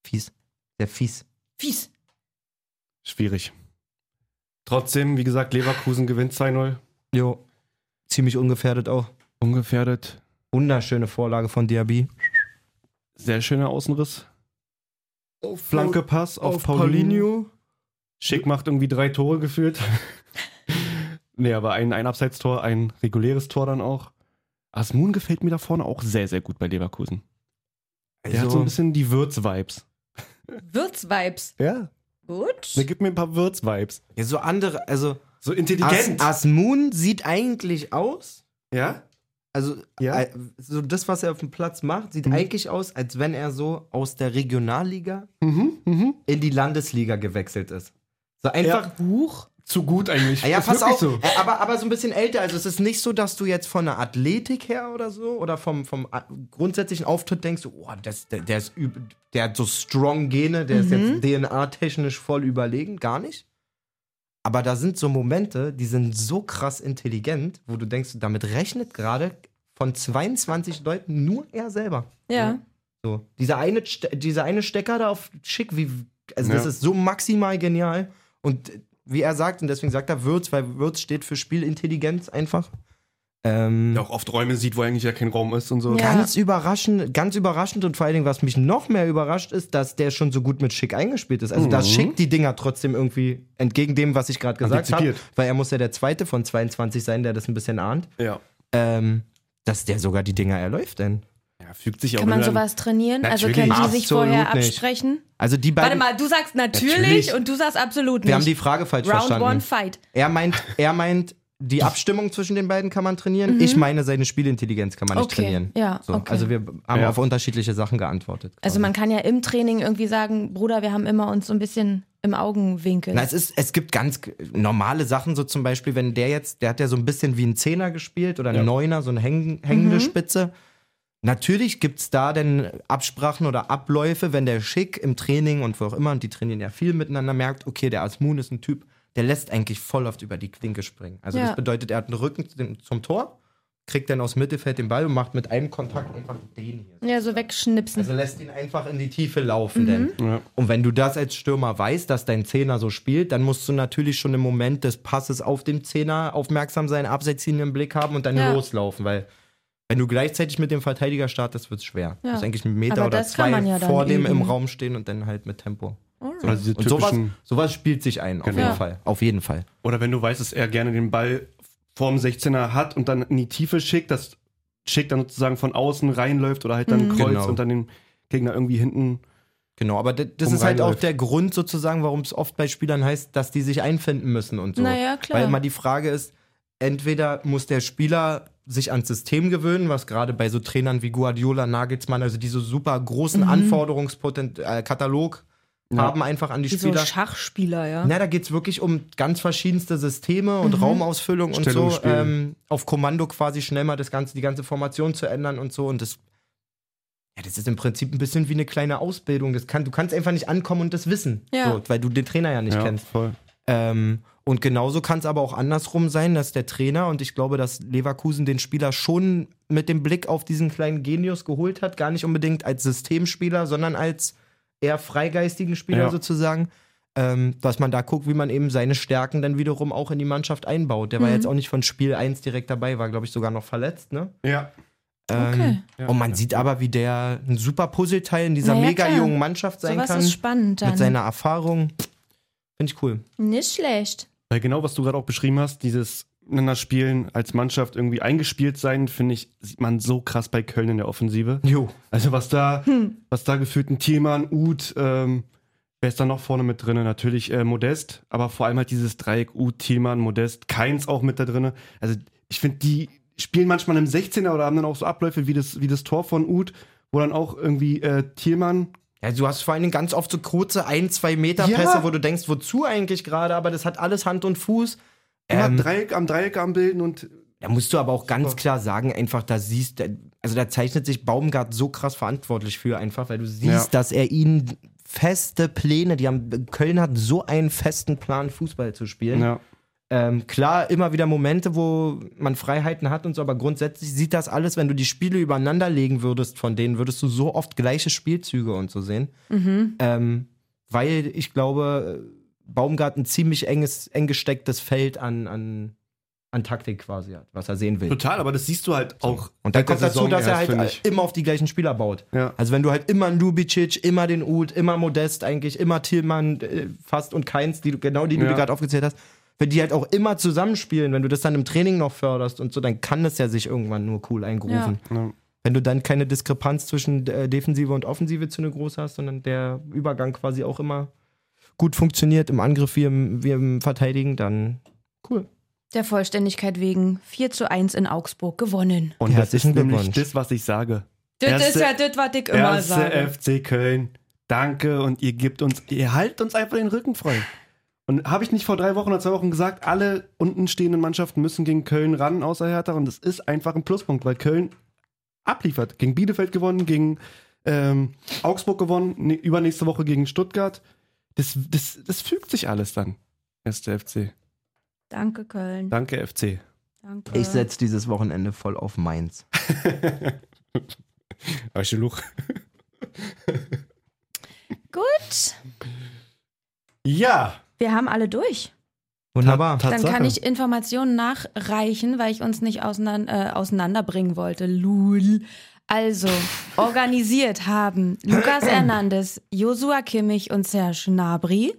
S2: fies, sehr fies.
S3: fies.
S1: Schwierig. Trotzdem, wie gesagt, Leverkusen gewinnt 2-0.
S2: Jo, ziemlich ungefährdet auch.
S1: Ungefährdet.
S2: Wunderschöne Vorlage von Diaby.
S1: Sehr schöner Außenriss. Flanke Pass auf,
S2: auf
S1: Paulinho.
S2: Paulinho.
S1: Schick macht irgendwie drei Tore geführt. nee, aber ein, ein Abseitstor, ein reguläres Tor dann auch. Asmun gefällt mir da vorne auch sehr, sehr gut bei Leverkusen. Der hat
S2: Also
S1: so ein bisschen die Würz-Vibes.
S3: Wirtsvibes.
S1: Ja.
S3: Gut.
S1: Der gibt mir ein paar Würz-Vibes.
S2: ja, so andere, also
S1: So
S2: As,
S1: intelligent.
S2: Asmun sieht eigentlich aus,
S1: ja?
S2: also
S1: Ja.
S2: äh, so das, was er auf dem Platz macht, sieht
S1: Mhm.
S2: eigentlich aus, als wenn er so aus der Regionalliga
S1: Mhm, mhm.
S2: in die Landesliga gewechselt ist. So einfach.
S3: Buch?
S1: Zu gut eigentlich.
S2: Ja, ja
S1: Ist
S2: pass
S1: wirklich
S2: auf. Äh, Aber, aber so ein bisschen älter. Also es ist nicht so, dass du jetzt von der Athletik her oder so oder vom, vom a- grundsätzlichen Auftritt denkst, oh, das, der, der, ist üb, der hat so strong Gene, der ist jetzt DNA-technisch voll überlegen. Gar nicht. Aber da sind so Momente, die sind so krass intelligent, wo du denkst, damit rechnet gerade von 22 Leuten nur er selber.
S3: Ja.
S2: So. Dieser eine, Ste- dieser eine Stecker da auf Schick, wie, also das
S1: Ja.
S2: ist so maximal genial. Und äh, wie er sagt, und deswegen sagt er Würz, weil Würz steht für Spielintelligenz einfach. Ähm,
S1: Der auch oft Räume sieht, wo eigentlich ja kein Raum ist und so.
S3: Ja.
S2: Ganz überraschend, ganz überraschend und vor allen Dingen, was mich noch mehr überrascht, ist, dass der schon so gut mit Schick eingespielt ist. Also da
S1: Mhm.
S2: schickt die Dinger trotzdem irgendwie entgegen dem, was ich gerade gesagt habe,
S1: Antizipiert.
S2: weil er muss ja der zweite von 22 sein, der das ein bisschen ahnt,
S1: Ja.
S2: ähm, dass der sogar die Dinger erläuft. Denn.
S1: ja, fügt sich auch
S3: Kann man
S1: wenn du dann-
S3: sowas trainieren? Also
S1: Natürlich.
S3: können die sich
S2: Absolut
S3: vorher
S2: nicht.
S3: absprechen?
S2: Also die
S3: Warte
S2: beiden,
S3: mal, du sagst natürlich,
S1: Natürlich.
S3: und du sagst absolut nicht.
S2: wir haben die Frage falsch
S3: Round
S2: verstanden.
S3: one fight.
S2: Er meint, er meint, die Abstimmung zwischen den beiden kann man trainieren. Ich meine, seine Spielintelligenz kann man nicht
S3: Mhm. Okay,
S2: trainieren.
S3: ja,
S2: so,
S3: okay.
S2: Also wir haben
S1: Ja.
S2: auf unterschiedliche Sachen geantwortet.
S3: Also man kann ja im Training irgendwie sagen, Bruder, wir haben immer uns so ein bisschen im Augenwinkel.
S2: Na, es, ist, es gibt ganz g- normale Sachen, so zum Beispiel, wenn der jetzt, der hat ja so ein bisschen wie ein Zehner gespielt oder ein
S1: Ja.
S2: Neuner, so eine häng, hängende Spitze. Natürlich gibt es da denn Absprachen oder Abläufe, wenn der Schick im Training und wo auch immer, und die trainieren ja viel miteinander, merkt, okay, der Asmun ist ein Typ, der lässt eigentlich voll oft über die Klinke springen. Also
S3: Ja.
S2: das bedeutet, er hat einen Rücken zu dem- zum Tor, kriegt dann aus Mittelfeld den Ball und macht mit einem Kontakt einfach den hier.
S3: ja, so wegschnipsen.
S2: Also lässt ihn einfach in die Tiefe laufen. Denn.
S3: Mhm.
S1: Ja.
S2: Und wenn du das als Stürmer weißt, dass dein Zehner so spielt, dann musst du natürlich schon im Moment des Passes auf dem Zehner aufmerksam sein, abseits ihn im Blick haben und dann
S3: Ja.
S2: loslaufen. Weil wenn du gleichzeitig mit dem Verteidiger startest, wird es schwer.
S3: Ja.
S2: Du musst eigentlich einen Meter
S3: Aber
S2: oder
S3: das kann
S2: zwei
S3: man ja dann
S2: vor dem im
S3: üben.
S2: Raum stehen und dann halt mit Tempo. So.
S1: Also diese
S2: und sowas,
S1: typischen-
S2: sowas spielt sich ein, auf
S1: Genau.
S2: jeden
S3: Ja.
S2: Fall. Auf jeden Fall.
S1: Oder wenn du weißt, dass er gerne den Ball vorm 16er hat und dann in die Tiefe schickt, dass Schick dann sozusagen von außen reinläuft oder halt
S3: Mhm.
S1: dann Kreuz
S2: Genau.
S1: und dann den Gegner irgendwie hinten.
S2: Genau, aber d- das
S1: Um
S2: ist halt auch
S1: reinläuft.
S2: der Grund sozusagen, warum es oft bei Spielern heißt, dass die sich einfinden müssen und so.
S3: Naja, klar.
S2: Weil immer die Frage ist, entweder muss der Spieler sich ans System gewöhnen, was gerade bei so Trainern wie Guardiola, Nagelsmann, also diese super großen
S3: Mhm.
S2: Anforderungspotenzial, äh, Katalog haben einfach an die
S3: Wie so
S2: Spieler.
S3: Schachspieler, ja.
S2: Na, da geht es wirklich um ganz verschiedenste Systeme
S3: Mhm.
S2: und Raumausfüllung und so.
S1: Stellungsspiel.
S2: Ähm, auf Kommando quasi schnell mal das ganze, die ganze Formation zu ändern und so. Und das, ja, das ist im Prinzip ein bisschen wie eine kleine Ausbildung. Das kann, du kannst einfach nicht ankommen und das wissen,
S3: Ja.
S2: so, weil du den Trainer ja nicht
S1: ja,
S2: kennst.
S1: voll.
S2: Ähm, und genauso kann es aber auch andersrum sein, dass der Trainer, und ich glaube, dass Leverkusen den Spieler schon mit dem Blick auf diesen kleinen Genius geholt hat, gar nicht unbedingt als Systemspieler, sondern als eher freigeistigen Spieler
S1: Ja.
S2: sozusagen, ähm, dass man da guckt, wie man eben seine Stärken dann wiederum auch in die Mannschaft einbaut. Der war
S3: Mhm.
S2: jetzt auch nicht von Spiel 1 direkt dabei, war, glaube ich, sogar noch verletzt, ne?
S1: Ja.
S2: Ähm,
S3: Okay.
S2: Und man sieht aber, wie der ein super Puzzleteil in dieser
S3: Na ja,
S2: mega
S3: klar.
S2: jungen Mannschaft sein
S3: Sowas
S2: kann.
S3: ist spannend
S2: mit
S3: dann.
S2: seiner Erfahrung. Finde ich cool.
S3: Nicht schlecht.
S1: Weil genau, was du gerade auch beschrieben hast, dieses miteinander spielen als Mannschaft irgendwie eingespielt sein, finde ich, sieht man so krass bei Köln in der Offensive.
S2: Jo.
S1: Also was da,
S3: Hm.
S1: was da gefühlt ein Thielmann, Uth, ähm, wer ist da noch vorne mit drinne? Natürlich äh, Modest, aber vor allem halt dieses Dreieck Uth, Thielmann, Modest, Keins auch mit da drinne. Also ich finde, die spielen manchmal im 16er oder haben dann auch so Abläufe wie das, wie das Tor von Uth, wo dann auch irgendwie äh, Thielmann,
S2: Ja, du hast vor allen Dingen ganz oft so kurze ein, zwei Meter
S1: Ja.
S2: Pässe, wo du denkst, wozu eigentlich gerade, aber das hat alles Hand und Fuß.
S1: immer
S2: Ähm,
S1: Dreieck am Dreieck am Bilden und
S2: da musst du aber auch ganz klar sagen, einfach da siehst, also da zeichnet sich Baumgart so krass verantwortlich für einfach, weil du siehst,
S1: Ja.
S2: dass er ihnen feste Pläne, die haben, Köln hat so einen festen Plan, Fußball zu spielen.
S1: ja,
S2: Ähm, klar, immer wieder Momente, wo man Freiheiten hat und so, aber grundsätzlich sieht das alles, wenn du die Spiele übereinander legen würdest von denen, würdest du so oft gleiche Spielzüge und so sehen. Ähm, weil ich glaube, Baumgart ein ziemlich enges, eng gestecktes Feld an, an, an Taktik quasi hat, was er sehen will.
S1: total, aber das siehst du halt auch.
S2: Und
S1: seit
S2: dann
S1: der
S2: kommt dazu,
S1: Saison
S2: dass er
S1: erst, finde
S2: halt
S1: ich.
S2: immer auf die gleichen Spieler baut.
S1: Ja.
S2: Also wenn du halt immer einen Lubicic, immer den Uth, immer Modest eigentlich, immer Tillmann äh, fast und Keins, die du, genau die, die
S1: Ja.
S2: du gerade aufgezählt hast, wenn die halt auch immer zusammenspielen, wenn du das dann im Training noch förderst und so, dann kann das ja sich irgendwann nur cool eingrooven.
S1: Ja.
S2: Wenn du dann keine Diskrepanz zwischen äh, Defensive und Offensive zu eine groß hast, sondern der Übergang quasi auch immer gut funktioniert im Angriff wie im, wie im Verteidigen, dann cool.
S3: Der Vollständigkeit wegen 4 zu 1 in Augsburg gewonnen.
S1: das
S2: Und
S1: ist
S2: herzlichen
S1: nämlich
S2: Glückwunsch.
S1: das, was ich sage.
S3: Das
S1: Erste-
S3: ist ja das, was ich immer
S1: Erste
S3: sage.
S1: FC Köln, danke und ihr gebt uns, ihr haltet uns einfach den Rücken frei. Und habe ich nicht vor drei Wochen oder zwei Wochen gesagt, alle untenstehenden Mannschaften müssen gegen Köln ran, außer Hertha. Und das ist einfach ein Pluspunkt, weil Köln abliefert. Gegen Bielefeld gewonnen, gegen ähm, Augsburg gewonnen, ne, übernächste Woche gegen Stuttgart. Das, das, das fügt sich alles dann. Erste FC.
S3: Danke, Köln.
S1: Danke, FC.
S3: Danke.
S2: Ich setze dieses Wochenende voll auf Mainz.
S1: Luch.
S3: Gut.
S1: Ja.
S3: Wir haben alle durch.
S2: Wunderbar.
S1: Ta- ta-
S3: Dann
S1: Tatsache.
S3: kann ich Informationen nachreichen, weil ich uns nicht auseinander, äh, auseinanderbringen wollte. Lul. Also, organisiert haben Lukas Hernandez, Josua Kimmich und Serge Nabri.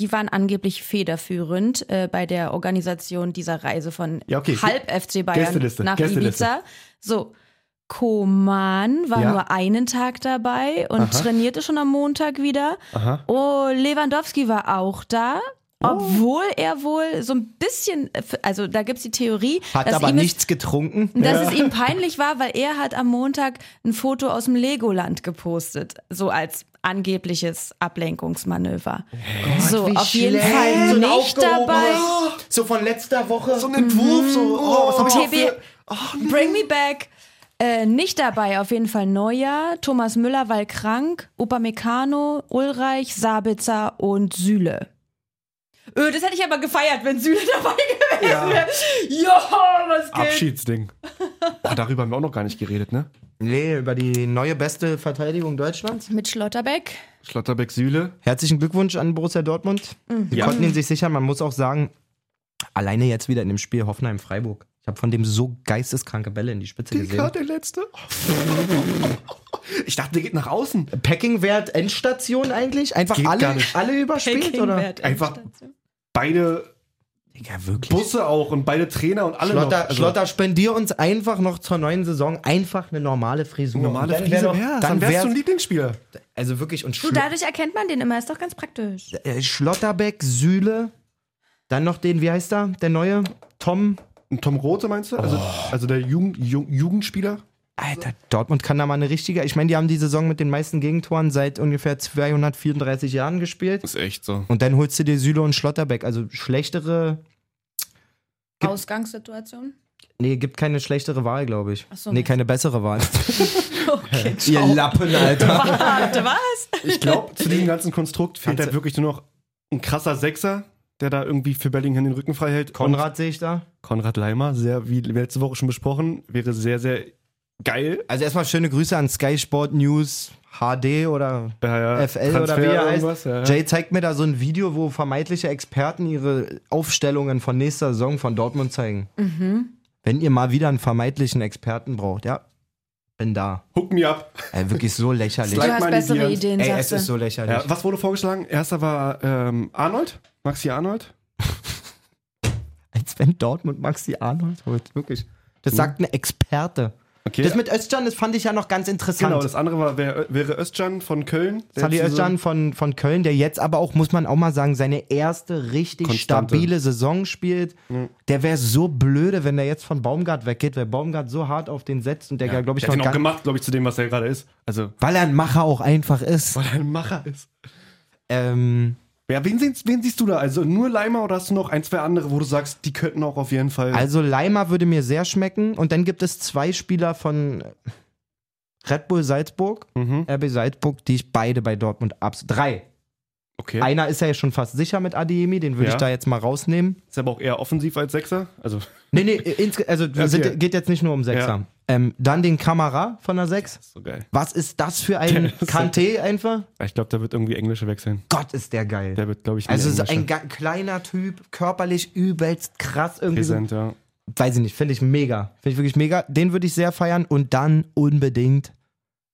S3: Die waren angeblich federführend äh, bei der Organisation dieser Reise von
S1: Ja, okay.
S3: halb FC Bayern
S1: Gästeliste,
S3: nach
S1: Gästeliste.
S3: Ibiza. So, Koman war
S1: Ja.
S3: nur einen Tag dabei und
S1: Aha.
S3: trainierte schon am Montag wieder.
S1: Aha.
S3: Oh, Lewandowski war auch da. Obwohl er wohl so ein bisschen, also da gibt es die Theorie,
S2: Hat
S3: dass,
S2: aber
S3: ihm es,
S2: nichts getrunken.
S3: dass es ihm peinlich war, weil er hat am Montag ein Foto aus dem Legoland gepostet, so als angebliches Ablenkungsmanöver. so, auf jeden Fall nicht dabei.
S2: Ah, So von letzter Woche.
S1: So ein Entwurf, so. Oh, was hab ich
S3: TB,
S1: auch für- Oh, nee.
S3: bring me back. Äh, nicht dabei, auf jeden Fall Neuer, Thomas Müller, weil krank, Upamecano, Ulreich, Sabitzer und Süle. Öh, das hätte ich aber gefeiert, wenn Süle dabei gewesen
S1: Ja.
S3: wäre. Ja, was geht?
S1: Abschiedsding. Boah, darüber haben wir auch noch gar nicht geredet, ne?
S2: Nee, über die neue beste Verteidigung Deutschlands.
S3: Mit Schlotterbeck.
S1: Schlotterbeck Sühle.
S2: Herzlichen Glückwunsch an Borussia Dortmund. Die
S1: Ja.
S2: konnten ihn sich sichern. Man muss auch sagen, alleine jetzt wieder in dem Spiel Hoffenheim-Freiburg. Ich habe von dem so geisteskranke Bälle in die Spitze
S1: Die
S2: gesehen.
S1: Karte, der letzte. Ich dachte, der geht nach außen.
S2: Packingwert Endstation eigentlich? Einfach
S1: Geht gar
S2: alle,
S1: nicht.
S2: alle überspielt? Oder?
S1: Einfach beide
S2: Digga, wirklich.
S1: Busse auch und beide Trainer und alle
S2: Schlotter,
S1: noch. Also,
S2: Schlotter, spendier uns einfach noch zur neuen Saison einfach eine normale Frisur.
S1: Normale
S2: Und dann wär
S1: Friese
S2: doch-
S1: wär's. Dann
S2: Dann
S1: wärst du ein
S2: wär's-
S1: Lieblingsspieler.
S2: also wirklich, und
S3: Du,
S2: Schlo
S3: dadurch erkennt man den immer, ist doch ganz praktisch.
S2: äh, Schlotterbeck, Sühle, dann noch den, wie heißt er, der neue? Tom.
S1: Und Tom Rote meinst du? Also,
S2: Oh.
S1: also der Jugend, Ju- Jugendspieler?
S2: Alter, Dortmund kann da mal eine richtige. Ich meine, die haben die Saison mit den meisten Gegentoren seit ungefähr 234 Jahren gespielt.
S1: Ist echt so.
S2: Und dann holst du dir Sühle und Schlotterbeck. Also schlechtere
S3: Ausgangssituation.
S2: Nee, gibt keine schlechtere Wahl, glaube ich.
S3: Ach so,
S2: nee,
S3: nicht.
S2: keine bessere Wahl.
S3: Okay,
S2: Ihr Lappen, Alter.
S3: Warte, was?
S1: Ich glaube, zu diesem ganzen Konstrukt fehlt halt wirklich nur noch ein krasser Sechser, der da irgendwie für Bellingham den Rücken frei hält.
S2: Konrad sehe ich da.
S1: Und Konrad Leimer, sehr, wie letzte Woche schon besprochen, wäre sehr, sehr geil.
S2: Also erstmal schöne Grüße an Sky Sport News HD oder
S1: Ja, ja.
S2: FL oder wie
S1: Transfer,
S2: er heißt.
S1: irgendwas, ja, ja.
S2: Jay zeigt mir da so ein Video, wo vermeintliche Experten ihre Aufstellungen von nächster Saison von Dortmund zeigen.
S3: Mhm.
S2: Wenn ihr mal wieder einen vermeintlichen Experten braucht, ja, bin da.
S1: Hook me up.
S2: Ey, wirklich so lächerlich.
S1: Sag
S3: Du
S1: mal
S3: hast
S1: die
S3: bessere
S1: Bilanz.
S3: Ideen,
S2: Ey,
S3: sagst
S2: es
S3: du.
S2: ist so lächerlich.
S1: Ja, was wurde vorgeschlagen? Erster war ähm, Arnold, Maxi Arnold.
S2: Als wenn Dortmund Maxi Arnold holt, wirklich. Das sagt ein Experte.
S1: Okay.
S2: Das mit Özcan, das fand ich ja noch ganz interessant.
S1: genau, das andere war, wär, wäre Özcan von Köln. Der
S2: Sali
S1: jetzt diese-
S2: Özcan von, von Köln, der jetzt aber auch, muss man auch mal sagen, seine erste richtig
S1: Konstante.
S2: stabile Saison spielt. Der wäre so blöde, wenn der jetzt von Baumgart weggeht, weil Baumgart so hart auf den setzt und der,
S1: Ja,
S2: glaube ich,
S1: der hat
S2: noch
S1: ihn auch
S2: gar
S1: gemacht, glaube ich, zu dem, was er gerade ist. Also,
S2: Weil er ein Macher auch einfach ist.
S1: weil er ein Macher ist.
S2: Ähm,
S1: Ja, wen, siehst, wen siehst du da? Also nur Leimer oder hast du noch ein, zwei andere, wo du sagst, die könnten auch auf jeden Fall.
S2: also Leimer würde mir sehr schmecken. Und dann gibt es zwei Spieler von Red Bull Salzburg,
S1: Mhm.
S2: RB Salzburg, die ich beide bei Dortmund abs. Drei.
S1: Okay.
S2: Einer ist ja jetzt schon fast sicher mit Adiemi, den würde
S1: Ja.
S2: ich da jetzt mal rausnehmen.
S1: Ist aber auch eher offensiv als Sechser. Also,
S2: Nee, nee, insge- also wir
S1: Okay.
S2: sind, geht jetzt nicht nur um Sechser.
S1: Ja.
S2: Ähm, dann den Kamera von der Sechs.
S1: so geil.
S2: Was ist das für ein
S1: Der ist so-
S2: Kanté einfach?
S1: Ich glaube, der wird irgendwie Englische wechseln.
S2: Gott, ist der geil.
S1: Der wird, glaube ich,
S2: also so
S1: Englische.
S2: ein ga- kleiner Typ, körperlich übelst krass irgendwie. So,
S1: Präsent, ja.
S2: weiß ich nicht, finde ich mega. Finde ich wirklich mega. Den würde ich sehr feiern und dann unbedingt,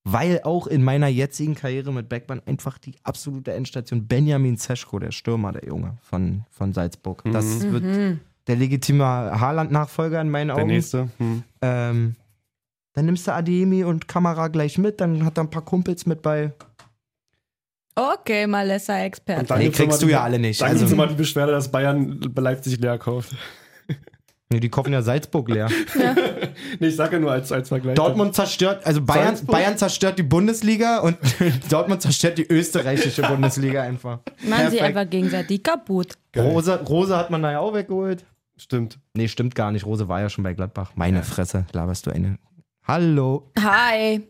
S2: weil auch in meiner jetzigen Karriere mit Beckmann einfach die absolute Endstation Benjamin Seschko, der Stürmer, der Junge von, von Salzburg. Das wird der legitime Haaland-Nachfolger in meinen
S1: Mhm. Der
S2: Augen.
S1: nächste. Hm.
S2: Ähm, dann nimmst du Ademi und Kamera gleich mit, dann hat er ein paar Kumpels mit bei.
S3: Okay, Malessa Experte.
S2: Nee,
S1: gibt's
S2: kriegst
S1: immer
S2: du ja alle nicht.
S1: Dann
S2: Also-
S1: also. immer die Beschwerde, dass Bayern Leipzig leer kauft.
S2: Nee, die kaufen ja Salzburg leer.
S1: Nee, ich sage ja nur als, als Vergleich.
S2: Dortmund zerstört, also Bayern,
S1: Salzburg?
S2: Bayern zerstört die Bundesliga und Dortmund zerstört die österreichische Bundesliga einfach.
S6: Machen sie
S2: Perfekt.
S6: einfach gegenseitig kaputt.
S2: Rose, Rose hat man da ja auch weggeholt.
S1: Stimmt.
S2: Nee, stimmt gar nicht. Rose war ja schon bei Gladbach. Meine Fresse, laberst du eine. Hallo.
S6: Hi.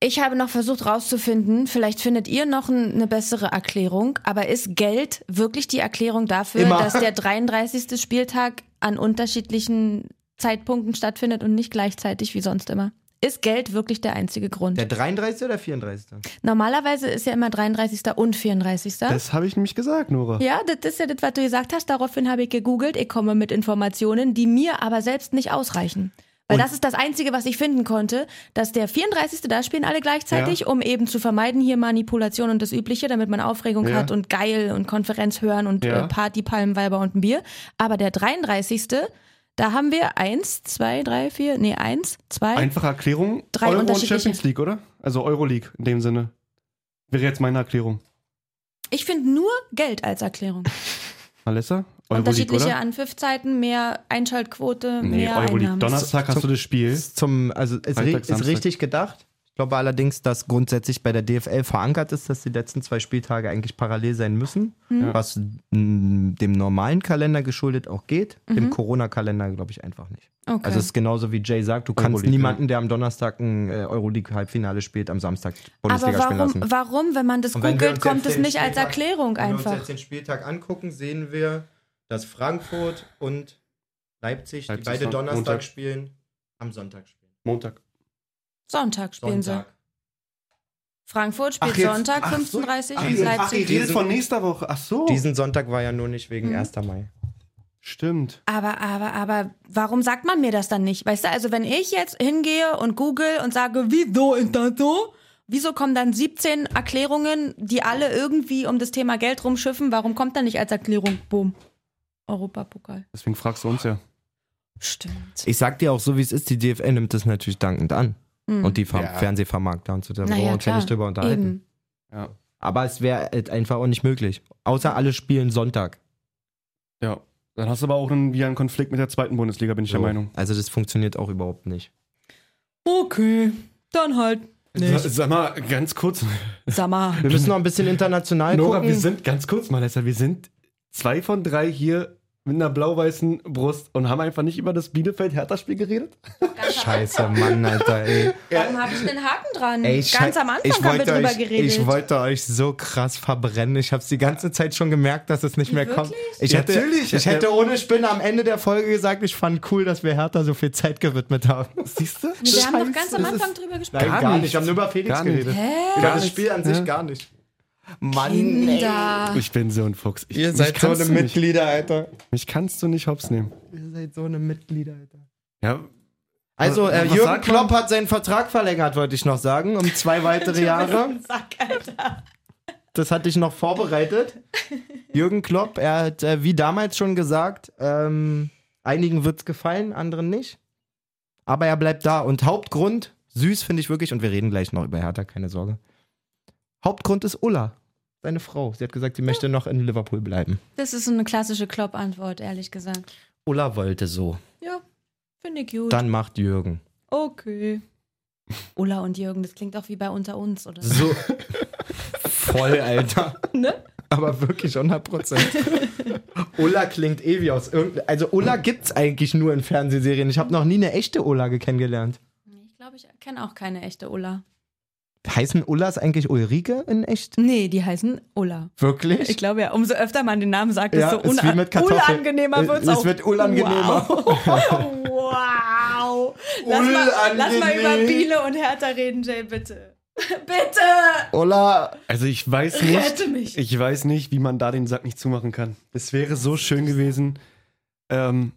S3: Ich habe noch versucht rauszufinden, vielleicht findet ihr noch ein, eine bessere Erklärung, aber ist Geld wirklich die Erklärung dafür,
S2: Immer.
S3: dass der 33. Spieltag an unterschiedlichen Zeitpunkten stattfindet und nicht gleichzeitig wie sonst immer? Ist Geld wirklich der einzige Grund?
S2: Der 33. oder 34.?
S3: Normalerweise ist ja immer 33. und 34.
S1: Das habe ich nämlich gesagt, Nora.
S3: ja, das ist ja das, was du gesagt hast. Daraufhin habe ich gegoogelt. Ich komme mit Informationen, die mir aber selbst nicht ausreichen. Weil das ist das Einzige, was ich finden konnte, dass der 34. da spielen alle gleichzeitig, um eben zu vermeiden hier Manipulation und das Übliche, damit man Aufregung
S1: Ja.
S3: hat und geil und Konferenz hören und
S1: Ja.
S3: äh, Party, Palmenweiber und ein Bier. Aber der 33. Da haben wir eins, zwei, drei, vier, nee, eins, zwei.
S1: Einfache Erklärung.
S3: Drei
S1: Euro und
S3: unterschiedliche.
S1: Champions League, oder? Also Euroleague in dem Sinne. Wäre jetzt meine Erklärung.
S3: Ich finde nur Geld als Erklärung.
S1: Alessa? Euroleague,
S3: Unterschiedliche
S1: oder?
S3: Anpfiffzeiten, mehr Einschaltquote,
S1: Nee,
S3: mehr
S1: Euroleague.
S3: Einnahmen.
S1: Donnerstag hast du das Spiel.
S2: Ist Zum, also ist,
S1: Freitag,
S2: ri
S1: Samstag.
S2: ist richtig gedacht. Ich glaube allerdings, dass grundsätzlich bei der DFL verankert ist, dass die letzten zwei Spieltage eigentlich parallel sein müssen,
S3: Mhm.
S2: was m, dem normalen Kalender geschuldet auch geht, dem Corona-Kalender glaube ich einfach nicht.
S3: Mhm. Okay.
S2: Also es ist genauso wie Jay sagt, du kannst
S1: Euroleague,
S2: niemanden, der am Donnerstag ein äh, Euroleague-Halbfinale spielt, am Samstag Bundesliga
S3: Aber
S2: spielen
S3: warum,
S2: lassen.
S3: warum, wenn man das
S2: Und wenn wir
S3: googelt,
S2: uns
S3: kommt
S2: jetzt
S3: es
S2: den
S3: nicht als
S2: Spieltag-
S3: Erklärung
S2: Wenn wir uns
S3: einfach?
S2: jetzt den Spieltag angucken, sehen wir, dass Frankfurt und Leipzig,
S1: Leipzig,
S2: die beide
S1: Frank-
S2: Donnerstag
S1: Montag.
S2: spielen, am Sonntag spielen.
S1: Montag.
S3: Sonntag spielen
S2: Sonntag.
S3: sie. Frankfurt
S1: Ach,
S3: spielt
S1: jetzt-
S3: Sonntag
S1: ach so,
S3: 15.30
S1: Ach,
S3: Uhr,
S1: ihr- ach, ihr
S3: Leipzig.
S1: redet von nächster Woche. Ach
S3: Oh.
S1: so.
S2: Diesen Sonntag war ja nur nicht wegen
S3: Mhm.
S2: 1. Mai.
S1: Stimmt.
S3: Aber, aber, aber, warum sagt man mir das dann nicht? Weißt du, also wenn ich jetzt hingehe und google und sage, wieso ist das so? Wieso kommen dann 17 Erklärungen, die alle irgendwie um das Thema Geld rumschiffen? Warum kommt dann nicht als Erklärung? Boom. Europapokal.
S1: Deswegen fragst du uns ja.
S3: Stimmt.
S2: Ich sag dir auch so, wie es ist, die DFL nimmt das natürlich dankend an. Und die Ver
S1: Ja.
S2: Fernsehvermarkter und so, da
S3: Naja,
S2: brauchen wir uns ja
S3: Mhm. klar.
S2: nicht drüber unterhalten.
S3: Eben.
S1: Ja.
S2: Aber es wäre halt einfach auch nicht möglich. Außer alle spielen Sonntag.
S1: Ja. Dann hast du aber auch einen, wieder einen Konflikt mit der zweiten Bundesliga, bin ich der
S2: So.
S1: Meinung.
S2: Also das funktioniert auch überhaupt nicht.
S6: Okay, dann halt.
S1: Sa- Sag mal, ganz kurz.
S6: Sag mal.
S2: Wir müssen noch ein bisschen international
S1: Nora,
S2: gucken.
S1: wir sind, ganz kurz, Malessa, wir sind zwei von drei hier mit einer blau-weißen Brust und haben einfach nicht über das Bielefeld-Hertha-Spiel geredet.
S2: Scheiße, Mann, Alter, ey.
S3: Warum habe ich einen Haken dran?
S2: Ey,
S3: Ganz
S2: schei-
S3: am Anfang
S2: ich
S3: haben wir
S2: wollte
S3: drüber
S2: euch,
S3: geredet.
S2: Ich wollte euch so krass verbrennen. Ich habe es die ganze Zeit schon gemerkt, dass es nicht mehr kommt. Ich
S1: Ja,
S2: hätte,
S1: natürlich.
S2: Ich hätte ohne Spinne am Ende der Folge gesagt, ich fand cool, dass wir Hertha so viel Zeit gewidmet haben.
S1: Siehst du?
S3: wir haben doch ganz am Anfang drüber gesprochen.
S2: Nein,
S1: Gar
S2: gar,
S1: nicht.
S2: nicht. Wir haben nur über Felix
S1: Gar nicht.
S2: geredet. Über das
S1: nicht.
S2: Spiel an sich gar nicht. Mann,
S1: Ich bin so ein Fuchs. Ich,
S2: ey. ihr seid so eine
S1: Mitglied.
S2: Mitglieder, Alter.
S1: Mich kannst du nicht hops nehmen.
S2: Ihr seid so eine Mitglieder, Alter.
S1: Ja,
S2: Also, äh,
S1: Was
S2: Jürgen
S1: sagt man?
S2: Klopp hat seinen Vertrag verlängert, wollte ich noch sagen, um zwei weitere Jahre. Das hatte ich noch vorbereitet. Jürgen Klopp, er hat, äh, wie damals schon gesagt, ähm, einigen wird's gefallen, anderen nicht. Aber er bleibt da. Und Hauptgrund, süß finde ich wirklich, und wir reden gleich noch über Hertha, keine Sorge. Hauptgrund ist Ulla, seine Frau. Sie hat gesagt, sie möchte noch in Liverpool bleiben.
S3: Das ist so eine klassische Klopp-Antwort, ehrlich gesagt.
S2: Ulla wollte so.
S3: Ja, finde ich gut.
S2: Dann macht Jürgen.
S3: Okay. Ulla und Jürgen, das klingt auch wie bei Unter uns, oder?
S2: So. Voll, Alter.
S3: Ne?
S2: Aber wirklich 100%. Ulla klingt eh wie aus irgendeinem. Also, Ulla gibt's eigentlich nur in Fernsehserien. Ich habe noch nie eine echte Ulla ge- kennengelernt.
S3: Ich glaube, ich kenne auch keine echte Ulla.
S2: Heißen Ullas eigentlich Ulrike in echt?
S3: Nee, die heißen Ulla.
S2: Wirklich?
S3: Ich glaube ja, umso öfter man den Namen sagt,
S2: Ja,
S3: desto
S2: ist wie mit
S3: una
S2: Kartoffeln.
S3: unangenehmer wird
S2: Es
S3: es auch.
S2: wird unangenehmer.
S3: Wow. wow. Lass, mal, lass mal über
S2: Unangenehm.
S3: Biele und Hertha reden, Jay, bitte. bitte!
S2: Ulla.
S1: also ich weiß
S3: Rette
S1: nicht,
S3: mich.
S1: ich weiß nicht, wie man da den Sack nicht zumachen kann. Es wäre so schön gewesen. Ähm,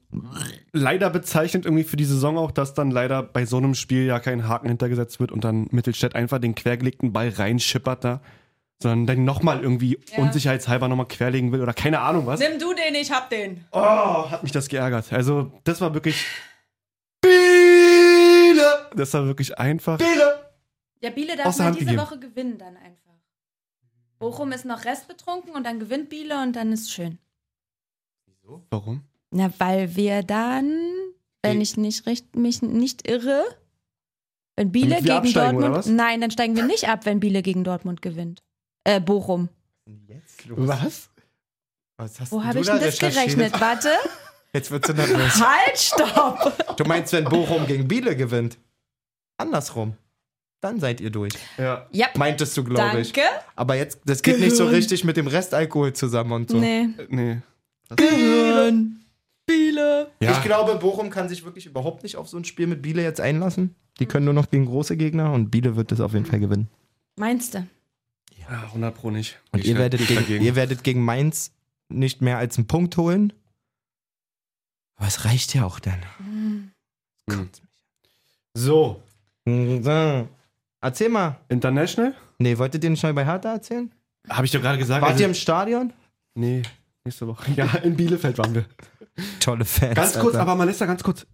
S1: leider bezeichnend irgendwie für die Saison auch, dass dann leider bei so einem Spiel ja kein Haken hintergesetzt wird und dann Mittelstädt einfach den quergelegten Ball reinschippert da, sondern dann nochmal irgendwie unsicherheitshalber nochmal querlegen will oder keine Ahnung was.
S6: Nimm du den, ich hab den.
S1: Oh, hat mich das geärgert. Also, das war wirklich. Biele! Das war wirklich einfach.
S2: Biele.
S3: Ja, Biele
S1: Aus
S3: darf
S1: der
S3: man
S1: Hand
S3: diese
S1: gegeben.
S3: Woche gewinnen dann einfach. Bochum ist noch restbetrunken und dann gewinnt Biele und dann ist schön.
S1: Warum?
S3: Na, weil wir dann
S7: wenn ich nicht richt, mich nicht irre. Wenn Biele
S1: Damit wir
S7: gegen
S1: absteigen, oder
S7: Dortmund.
S1: was?
S7: Nein, dann steigen wir nicht ab, wenn Biele gegen Dortmund gewinnt. Äh, Bochum.
S2: Jetzt los.
S1: Was?
S2: Was hast
S7: Wo
S2: du
S7: habe ich
S2: da
S7: denn das
S2: recherchiert?
S7: gerechnet? Warte.
S2: Jetzt wird's nervös.
S7: Halt, stopp!
S2: Du meinst, wenn Bochum gegen Biele gewinnt? Andersrum. Dann seid ihr durch.
S1: Ja.
S7: Ja,
S2: Meintest du, glaube ich.
S7: danke.
S2: Aber jetzt, das geht nicht so richtig mit dem Restalkohol zusammen und so.
S7: Nee.
S1: Nee.
S7: Biele.
S1: Ja.
S2: Ich glaube, Bochum kann sich wirklich überhaupt nicht auf so ein Spiel mit Biele jetzt einlassen. Die können nur noch gegen große Gegner und Biele wird das auf jeden Fall gewinnen.
S7: Meinst du?
S1: Ja, 100 Pro nicht.
S2: Und
S1: Ich
S2: ihr
S1: halt
S2: werdet,
S1: nicht
S2: gegen,
S1: dagegen.
S2: ihr werdet gegen Mainz nicht mehr als einen Punkt holen. Aber es reicht ja auch dann.
S1: So,
S2: So. Erzähl mal.
S1: International?
S2: Nee, wolltet ihr nicht mal bei Hertha erzählen?
S1: Habe ich doch gerade gesagt.
S2: Wart
S1: also-
S2: ihr im Stadion?
S1: Nee, nächste Woche. Ja, in Bielefeld waren wir.
S2: Tolle Fans.
S1: Ganz kurz,
S2: Alter.
S1: aber Malessa, ganz kurz.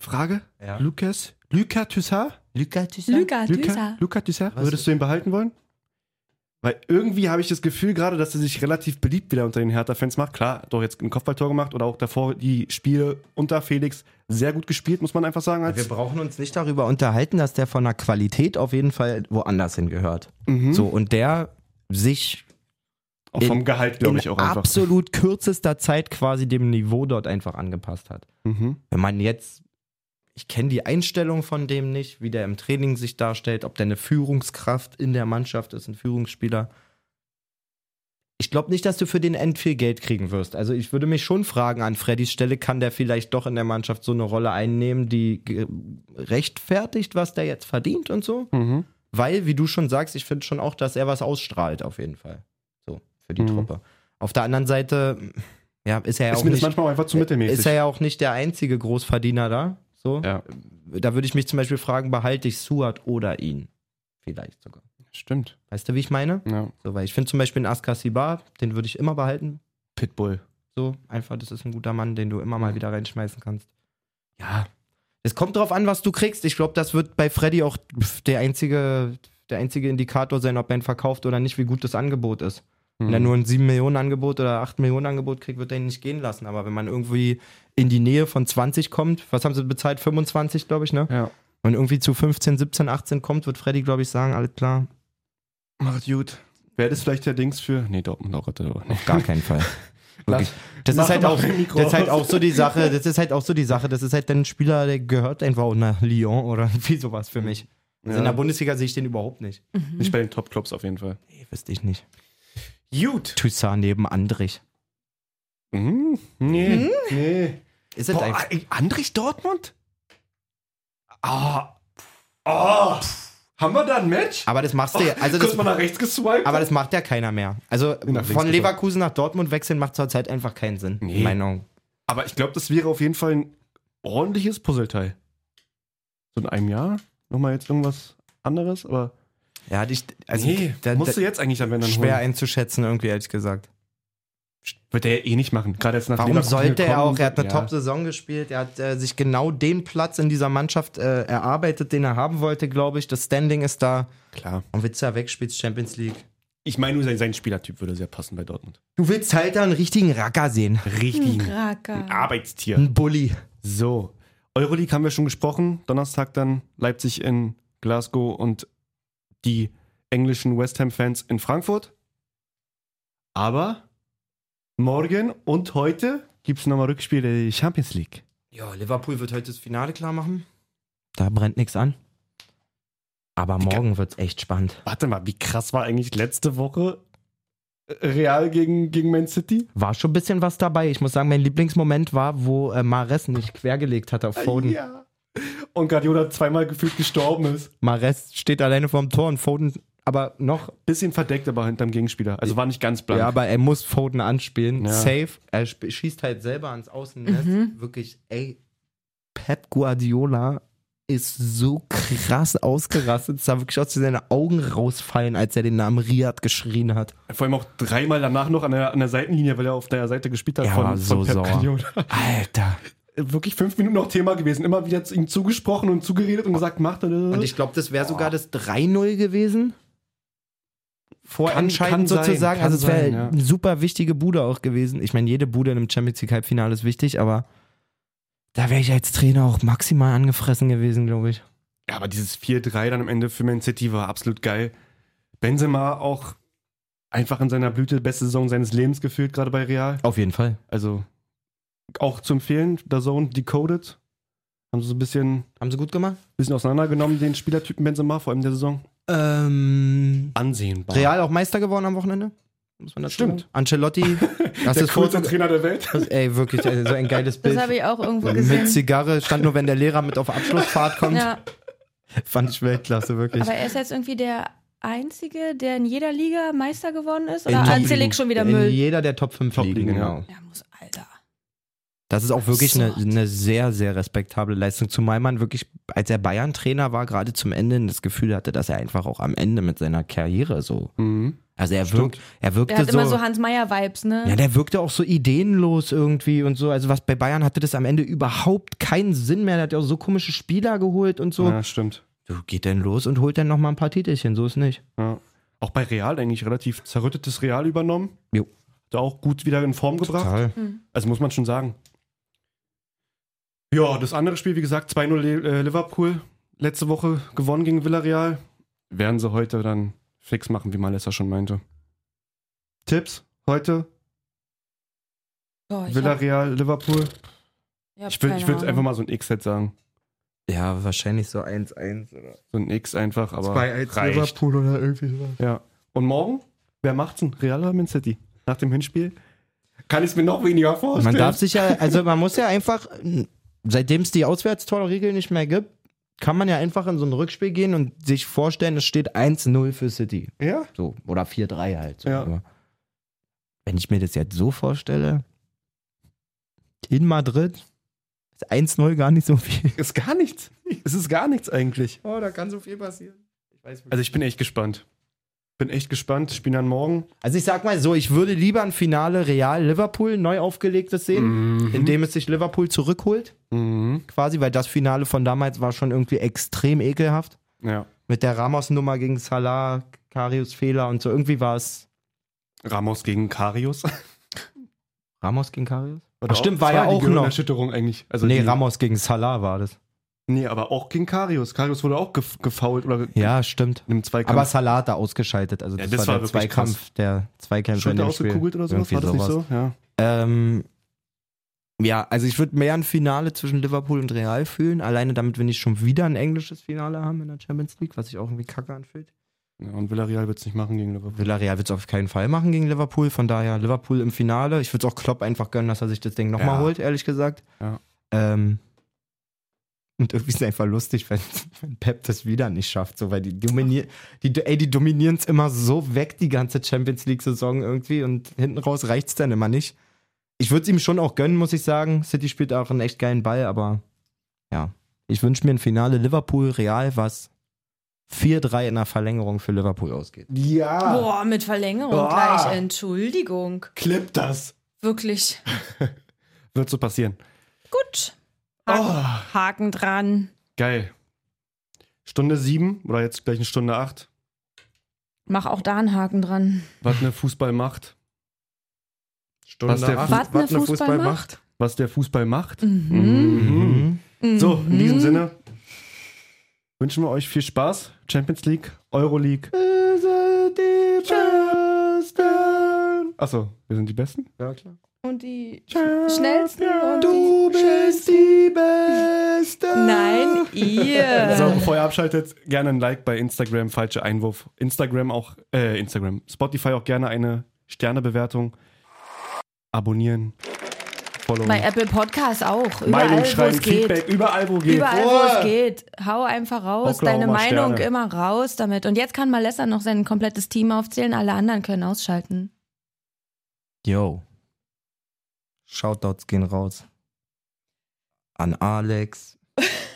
S1: Frage?
S2: äh, Ja.
S1: Lukas? Luca Tussard?
S2: Luca Thyssen?
S7: Luca,
S1: Luca,
S7: Düser.
S1: Luca Tussard?
S2: Was?
S1: Würdest du ihn behalten wollen? Weil irgendwie habe ich das Gefühl gerade, dass er sich relativ beliebt wieder unter den Hertha-Fans macht. Klar, hat doch jetzt ein Kopfballtor gemacht oder auch davor die Spiele unter Felix sehr gut gespielt, muss man einfach sagen. Als
S2: Wir brauchen uns nicht darüber unterhalten, dass der von der Qualität auf jeden Fall woanders hingehört.
S1: Mhm.
S2: So, und der sich
S1: Auch vom Gehalt, glaube
S2: in
S1: ich, auch einfach.
S2: absolut kürzester Zeit quasi dem Niveau dort einfach angepasst hat.
S1: Mhm.
S2: Wenn man jetzt, ich kenne die Einstellung von dem nicht, wie der im Training sich darstellt, ob der eine Führungskraft in der Mannschaft ist, ein Führungsspieler. Ich glaube nicht, dass du für den End viel Geld kriegen wirst. Also ich würde mich schon fragen an Freddys Stelle, kann der vielleicht doch in der Mannschaft so eine Rolle einnehmen, die ge- rechtfertigt, was der jetzt verdient und so?
S1: Mhm.
S2: Weil, wie du schon sagst, ich finde schon auch, dass er was ausstrahlt, auf jeden Fall. So, für die
S1: Mhm.
S2: Truppe. Auf der anderen Seite, ja, ist er ja
S1: Ist
S2: auch
S1: mir das
S2: nicht, Äh,
S1: manchmal auch einfach zu mittelmäßig.
S2: ist er ja auch nicht der einzige Großverdiener da. So.
S1: Ja.
S2: Da würde ich mich zum Beispiel fragen, behalte ich Suat oder ihn? Vielleicht sogar.
S1: Stimmt.
S2: Weißt du, wie ich meine?
S1: Ja.
S2: So, weil ich finde zum Beispiel einen Askasibar, den würde ich immer behalten.
S1: Pitbull.
S2: So, einfach, das ist ein guter Mann, den du immer mal wieder reinschmeißen kannst. Ja. Es kommt drauf an, was du kriegst. Ich glaube, das wird bei Freddy auch pf, der einzige, der einzige Indikator sein, ob er ihn verkauft oder nicht, wie gut das Angebot ist. Wenn er nur ein 7-Millionen-Angebot oder 8-Millionen-Angebot kriegt, wird er ihn nicht gehen lassen. Aber wenn man irgendwie in die Nähe von 20 kommt, was haben sie bezahlt? 25, glaube ich, ne?
S1: Ja.
S2: Wenn irgendwie zu 15, 17, 18 kommt, wird Freddy, glaube ich, sagen, alles klar.
S1: Macht gut. Wäre das vielleicht der Dings für. Nee, Dortmund auch. Gott,
S2: Auf gar keinen Fall. Wirklich.
S1: Lass-
S2: Das
S1: mach
S2: ist, halt
S1: doch mal
S2: auch,
S1: dein Mikro
S2: das ist halt
S1: aus.
S2: auch so die Sache, das ist halt auch so die Sache, das ist halt dann ein Spieler, der gehört einfach nach Lyon oder wie sowas für mich. Also
S1: Ja.
S2: in der Bundesliga sehe ich den überhaupt nicht.
S1: Nicht bei den Top-Clubs auf jeden Fall.
S2: Nee, wüsste ich nicht.
S1: Gut.
S2: Toussaint neben Andrich.
S1: Mhm. Nee.
S2: Hm?
S1: Nee.
S2: Ist es einfach.
S1: ey, Andrich Dortmund? Ah. Ah. Haben wir da ein Match?
S2: Aber das machst du ja. Also das,
S1: Kurz mal nach rechts geswiped?
S2: aber das macht ja keiner mehr. Also
S1: nach links
S2: von
S1: gefahren.
S2: Leverkusen nach Dortmund wechseln macht zurzeit einfach keinen Sinn.
S1: Nee.
S2: In meinen Augen.
S1: Aber ich glaube, das wäre auf jeden Fall ein ordentliches Puzzleteil. So in einem Jahr nochmal jetzt irgendwas anderes, aber.
S2: Ja, ich, also da,
S1: musst du
S2: da,
S1: jetzt eigentlich dann, wenn dann
S2: schwer
S1: holen.
S2: einzuschätzen, irgendwie ehrlich gesagt.
S1: Wird er eh nicht machen. Gerade jetzt nach
S2: Warum
S1: Leverkusen
S2: sollte er
S1: gekommen.
S2: auch? Er hat eine
S1: Ja.
S2: Top-Saison gespielt. Er hat äh, sich genau den Platz in dieser Mannschaft äh, erarbeitet, den er haben wollte, glaube ich. Das Standing ist da.
S1: Klar.
S2: Und willst du ja weg, spielst Champions League.
S1: Ich meine nur, sein, sein Spielertyp würde sehr passen bei Dortmund.
S2: Du willst halt da einen richtigen Racker sehen.
S1: Richtig.
S3: Hm,
S1: Hm.
S7: Raka.
S1: Arbeitstier.
S2: Ein Bulli.
S1: So, Euroleague haben wir schon gesprochen. Donnerstag dann Leipzig in Glasgow und die englischen West Ham-Fans in Frankfurt. Aber morgen und heute gibt es nochmal Rückspiele der Champions League.
S2: Ja, Liverpool wird heute das Finale klar machen. Da brennt nichts an. Aber morgen wird's echt spannend.
S1: Warte mal, wie krass war eigentlich letzte Woche äh, Real gegen, gegen Man City?
S2: War schon ein bisschen was dabei. Ich muss sagen, mein Lieblingsmoment war, wo äh, Mares nicht quergelegt hat auf Foden.
S1: Äh, Ja. Und Guardiola zweimal gefühlt gestorben ist.
S2: Mares steht alleine vorm Tor und Foden aber noch
S1: Bisschen verdeckt, aber hinterm Gegenspieler. Also war nicht ganz blank.
S2: Ja, aber er muss Foden anspielen.
S1: Ja.
S2: Safe. Er sp- schießt halt selber ans Außennetz. Wirklich, ey, Pep Guardiola ist so krass ausgerastet. Es sah wirklich aus, wie seine Augen rausfallen, als er den Namen Riyad geschrien hat.
S1: Vor allem auch dreimal danach noch an der, an der Seitenlinie, weil er auf der Seite gespielt hat
S2: Er
S1: von,
S2: war so
S1: von Pep
S2: sauer.
S1: Guardiola. Äh,
S2: Alter.
S1: Wirklich fünf Minuten noch Thema gewesen. Immer wieder zu ihm zugesprochen und zugeredet und gesagt, macht er
S2: Und ich glaube, das wäre sogar das 3-0 gewesen. Vorentscheidend
S1: Kann- kann sein,
S2: sozusagen.
S1: kann
S2: also es wäre
S1: sein, ja.
S2: eine super wichtige Bude auch gewesen. Ich meine, jede Bude in einem Champions League Halbfinale ist wichtig, aber Da wäre ich als Trainer auch maximal angefressen gewesen, glaube ich.
S1: Ja, aber dieses 4-3 dann am Ende für Man City war absolut geil. Benzema auch einfach in seiner Blüte, beste Saison seines Lebens gefühlt, gerade bei Real.
S2: Auf jeden Fall.
S1: Also auch zu empfehlen, der Zone decoded. Haben sie so ein bisschen,
S2: Haben sie gut gemacht?
S1: bisschen auseinandergenommen, den Spielertypen Benzema, vor allem der Saison.
S2: Ähm,
S1: Ansehnbar.
S2: Real auch Meister geworden am Wochenende? Muss man dazu
S1: Stimmt.
S2: sagen. Ancelotti. Das
S1: der
S2: ist kurz.
S1: coolste Trainer der Welt.
S2: Ey, wirklich, ey, so ein geiles
S7: Das
S2: Bild.
S7: habe ich auch irgendwo
S2: mit
S7: gesehen.
S2: Zigarre, stand nur, wenn der Lehrer mit auf Abschlussfahrt kommt.
S7: Ja,
S2: Fand ich Weltklasse, wirklich.
S7: aber er ist jetzt irgendwie der Einzige, der in jeder Liga Meister geworden ist?
S2: In
S7: Oder
S2: jedem-
S7: erzähle ich schon wieder
S2: in
S7: Müll?
S2: jeder der Top 5
S1: Top
S2: Ligen,
S1: Ligen, ja.
S2: genau.
S7: Ja, muss, Alter.
S2: Das ist auch wirklich eine,
S7: Absurd.
S2: eine sehr, sehr respektable Leistung, zumal man wirklich, als er Bayern-Trainer war, gerade zum Ende das Gefühl hatte, dass er einfach auch am Ende mit seiner Karriere so.
S1: Mhm.
S2: Also er, wirkt, er wirkte
S7: Der hat
S2: so.
S7: immer so Hans-Meyer-Vibes, ne?
S2: ja, der wirkte auch so ideenlos irgendwie und so. Also was bei Bayern hatte das am Ende überhaupt keinen Sinn mehr. Der hat ja auch so komische Spieler geholt und so.
S1: Ja, stimmt.
S2: Du geht denn los und holt dann nochmal ein paar Titelchen, so ist nicht.
S1: Ja. Auch bei Real eigentlich relativ zerrüttetes Real übernommen.
S2: Jo.
S1: Hat er auch gut wieder in Form gebracht.
S2: Total.
S1: Also muss man schon sagen. Ja, das andere Spiel, wie gesagt, 2-0 Le- äh, Liverpool. Letzte Woche gewonnen gegen Villarreal. Werden sie heute dann fix machen, wie Malessa schon meinte. Tipps heute?
S7: Boah, ich hab-
S1: Villarreal, Liverpool.
S7: ich hab
S1: Ich würde
S7: keine
S1: ich würd
S7: Ahnung.
S1: einfach mal so ein X-Set sagen.
S2: Ja, wahrscheinlich so 1-1 oder
S1: So ein X einfach, aber
S2: 2-1
S1: reicht.
S2: Liverpool oder irgendwie sowas.
S1: Ja. Und morgen? Wer macht's denn? Real oder Man City? Nach dem Hinspiel? Kann ich es mir noch weniger
S2: Man
S1: vorstellen.
S2: darf sich ja, also man muss ja einfach, seitdem es die Auswärtstorregel nicht mehr gibt, kann man ja einfach in so ein Rückspiel gehen und sich vorstellen, es steht 1-0 für City.
S1: Ja?
S2: So, oder 4-3 halt. So.
S1: Ja.
S2: Aber Wenn ich mir das jetzt so vorstelle, in Madrid ist 1-0 gar nicht so viel.
S1: Ist gar nichts. Es ist gar nichts eigentlich.
S2: Oh, da kann so viel passieren.
S1: Also ich bin echt gespannt. Bin echt gespannt. Spielen dann morgen.
S2: Also ich sag mal so, ich würde lieber ein Finale Real-Liverpool neu aufgelegtes sehen, indem es sich Liverpool zurückholt.
S1: Mhm.
S2: quasi, weil das Finale von damals war schon irgendwie extrem ekelhaft.
S1: Ja.
S2: Mit der Ramos-Nummer gegen Salah, Karius Fehler und so. Irgendwie war es
S1: Ramos gegen Karius.
S2: Ramos gegen Karius?
S1: Oder
S2: Ach, stimmt,
S1: auch-
S2: war
S1: das
S2: ja auch
S1: die
S2: noch.
S1: Gehirnerschütterung eigentlich. Also
S2: nee,
S1: die,
S2: Ramos gegen Salah war das.
S1: Nee, aber auch gegen Karius. Karius wurde auch gef gefault oder ge
S2: Ja, stimmt.
S1: in einem Zweikampf.
S2: Aber Salah hat da ausgeschaltet. Also
S1: Ja,
S2: das,
S1: das
S2: war,
S1: war
S2: der
S1: wirklich
S2: Zweikampf, der Zweikampf
S1: Schulter ausgekugelt oder sowas? War das nicht so? Ja.
S2: Ähm, ja, also ich würde mehr ein Finale zwischen Liverpool und Real fühlen. Alleine damit, wenn ich schon wieder ein englisches Finale haben in der Champions League, was sich auch irgendwie kacke anfühlt.
S1: ja. Und Villarreal wird es nicht machen gegen Liverpool.
S2: Villarreal wird es auf keinen Fall machen gegen Liverpool. Von daher Liverpool im Finale. Ich würde es auch Klopp einfach gönnen, dass er sich das Ding nochmal
S1: Ja.
S2: holt, ehrlich gesagt.
S1: Ja.
S2: Ähm, und irgendwie ist es einfach lustig, wenn, wenn Pep das wieder nicht schafft. So, weil die dominieren, die, ey, die dominieren es immer so weg, die ganze Champions League-Saison irgendwie. Und hinten raus reicht es dann immer nicht. Ich würde es ihm schon auch gönnen, muss ich sagen. City spielt auch einen echt geilen Ball, aber ja. Ich wünsche mir ein Finale Liverpool-Real, was 4-3 in der Verlängerung für Liverpool ausgeht.
S1: Mhm. Ja,
S7: Boah, mit Verlängerung
S1: Boah.
S7: gleich. Entschuldigung.
S1: klipp das.
S7: Wirklich.
S1: Wird so passieren.
S7: Gut. Haken,
S1: Oh,
S7: Haken dran.
S1: geil. Stunde sieben oder jetzt gleich eine Stunde acht.
S7: Mach auch da einen Haken dran.
S1: Was eine Fußball macht.
S2: Stunde
S1: Was der
S2: acht.
S1: Fu-
S7: Was ne Fußball macht?
S1: Was der Fußball macht.
S7: Mhm.
S1: Mhm. So, in diesem
S7: Mhm.
S1: Sinne wünschen wir euch viel Spaß. Champions League, Euroleague. Achso, wir sind die Besten?
S2: Ja, klar.
S7: Und die schnellsten und die.
S2: Du bist die Beste.
S7: Nein, ihr.
S1: So, bevor ihr abschaltet, gerne ein Like bei Instagram, falscher Einwurf. Instagram auch, äh, Instagram. Spotify auch gerne eine Sternebewertung. Abonnieren. Followen.
S7: Bei Apple Podcasts auch.
S1: Meinung
S7: Überall, wo
S1: schreiben,
S7: es geht.
S1: Feedback, überall wo geht.
S7: Überall,
S1: Oh.
S7: wo es geht. Hau einfach raus.
S1: Oklahoma
S7: Deine Meinung
S1: Sterne.
S7: immer raus damit. Und jetzt kann Malessa noch sein komplettes Team aufzählen. Alle anderen können ausschalten.
S2: Yo. Shoutouts gehen raus. An Alex,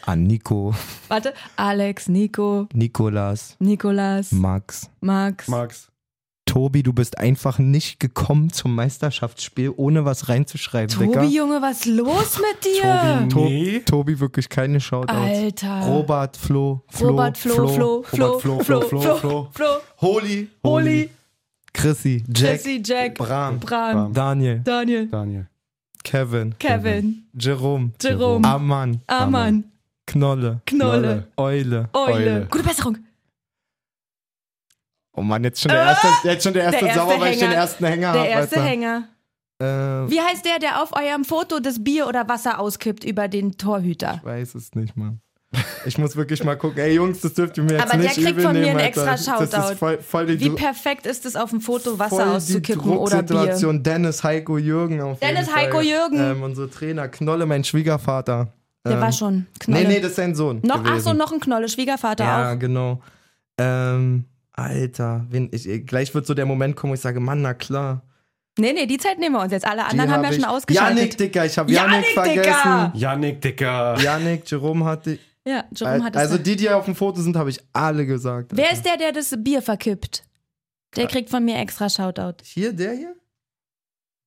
S2: an Nico,
S7: Warte. Alex, Nico,
S2: Nikolas,
S7: Nikolas,
S2: Max.
S7: Max.
S1: Max.
S2: Tobi, du bist einfach nicht gekommen zum Meisterschaftsspiel, ohne was reinzuschreiben,
S7: Tobi,
S2: Digga.
S7: Junge, was los mit dir?
S1: Tobi,
S2: To-
S1: Nee.
S2: Tobi, wirklich keine Shoutouts.
S7: Alter.
S2: Robert, Flo, Flo,
S7: Robert, Flo, Flo, Flo,
S1: Robert, Flo, Flo, Flo, Flo, Flo.
S7: Flo,
S2: Holi,
S7: Holi,
S2: Chrissy, Jack,
S7: Jesse, Jack,
S2: Bram,
S7: Bram,
S1: Bram.
S2: Daniel,
S7: Daniel,
S1: Daniel.
S2: Kevin,
S3: Kevin,
S2: Jerome,
S3: Jerome,
S2: Ammann,
S3: Amann,
S2: Knolle,
S3: Knolle,
S2: Eule.
S3: Eule.
S1: Eule.
S3: Gute Besserung.
S2: Oh Mann, jetzt schon der erste, jetzt schon der erste,
S3: Ah! Der erste
S2: sauer, weil ich den
S3: Hänger.
S2: ersten Hänger
S3: Der
S2: habe.
S3: erste Hänger.
S2: Hänger. Äh,
S3: Wie heißt der, der auf eurem Foto das Bier oder Wasser auskippt über den Torhüter?
S2: weiß es nicht, Mann. Ich muss wirklich mal gucken. Ey, Jungs, das dürft ihr mir jetzt
S3: Aber der
S2: nicht
S3: kriegt
S2: übel
S3: von mir
S2: nehmen,
S3: einen
S2: Alter.
S3: extra
S2: Das
S3: Shoutout.
S2: ist voll, voll die
S3: Wie
S2: Dru-
S3: perfekt ist es, auf dem Foto
S2: voll
S3: Wasser
S2: die
S3: auszukippen oder Bier?
S2: Drucksituation. Dennis, Heiko, Jürgen auf
S3: Dennis,
S2: jeden Fall.
S3: Heiko, Jürgen.
S2: Ähm, unsere Trainer. Knolle, mein Schwiegervater.
S3: Der
S2: ähm,
S3: war schon Knolle.
S2: Nee, nee, das ist sein Sohn
S3: noch, ach
S2: gewesen.
S3: so, noch ein Knolle, Schwiegervater
S2: Ja,
S3: auch.
S2: genau. Ähm, Alter, wen, ich, ich- gleich wird so der Moment kommen, wo ich sage, Mann, na klar.
S3: Nee, nee, die Zeit nehmen wir uns jetzt. Alle
S2: Die
S3: anderen haben
S2: hab
S3: ja schon
S2: ich-
S3: ausgeschaltet.
S2: Janik, Dicker, ich habe Janik,
S3: Janik, Digga!
S2: vergessen.
S1: Janik, Dicker.
S2: Janik, Jerome hatte.
S3: Ja, Jerome hat es
S2: also
S3: da.
S2: die, die auf dem Foto sind, habe ich alle gesagt.
S3: Wer ist der, der das Bier verkippt? Der kriegt von mir extra Shoutout.
S2: Hier, der hier?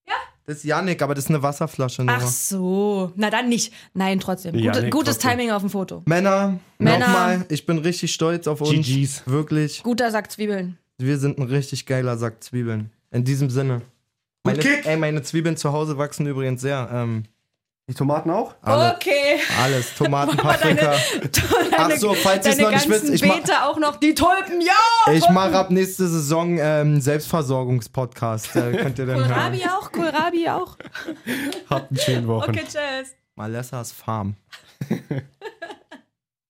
S2: Ja. Das ist Janik, aber das ist eine Wasserflasche. Nur.
S3: Ach so. Na dann nicht. Nein, trotzdem.
S1: Ja,
S3: Gute,
S1: nee,
S3: gutes
S1: trotzdem.
S3: Timing auf dem Foto.
S2: Männer,
S3: Männer.
S2: nochmal, ich bin richtig stolz auf uns.
S1: GGs.
S2: Wirklich,
S3: Guter Sack Zwiebeln.
S2: wir sind ein richtig geiler Sack Zwiebeln. In diesem Sinne. Meine,
S1: Kick.
S2: ey, meine Zwiebeln zu Hause wachsen übrigens sehr. Ähm,
S1: Die Tomaten auch?
S2: alle,
S3: Okay.
S2: Alles, Tomaten, Paprika.
S3: Deine,
S2: Ach so, falls ihr es
S3: deine
S2: noch nicht wisst,
S3: ganzen
S2: ich ma-
S3: Beete auch noch. Die Tulpen, ja!
S2: Ich mache ab nächste Saison ähm, Selbstversorgungspodcast. Äh, könnt ihr dann hören.
S3: Kohlrabi auch, Kohlrabi auch.
S1: Habt einen schönen Wochen.
S3: Okay, tschüss.
S2: Malessas Farm.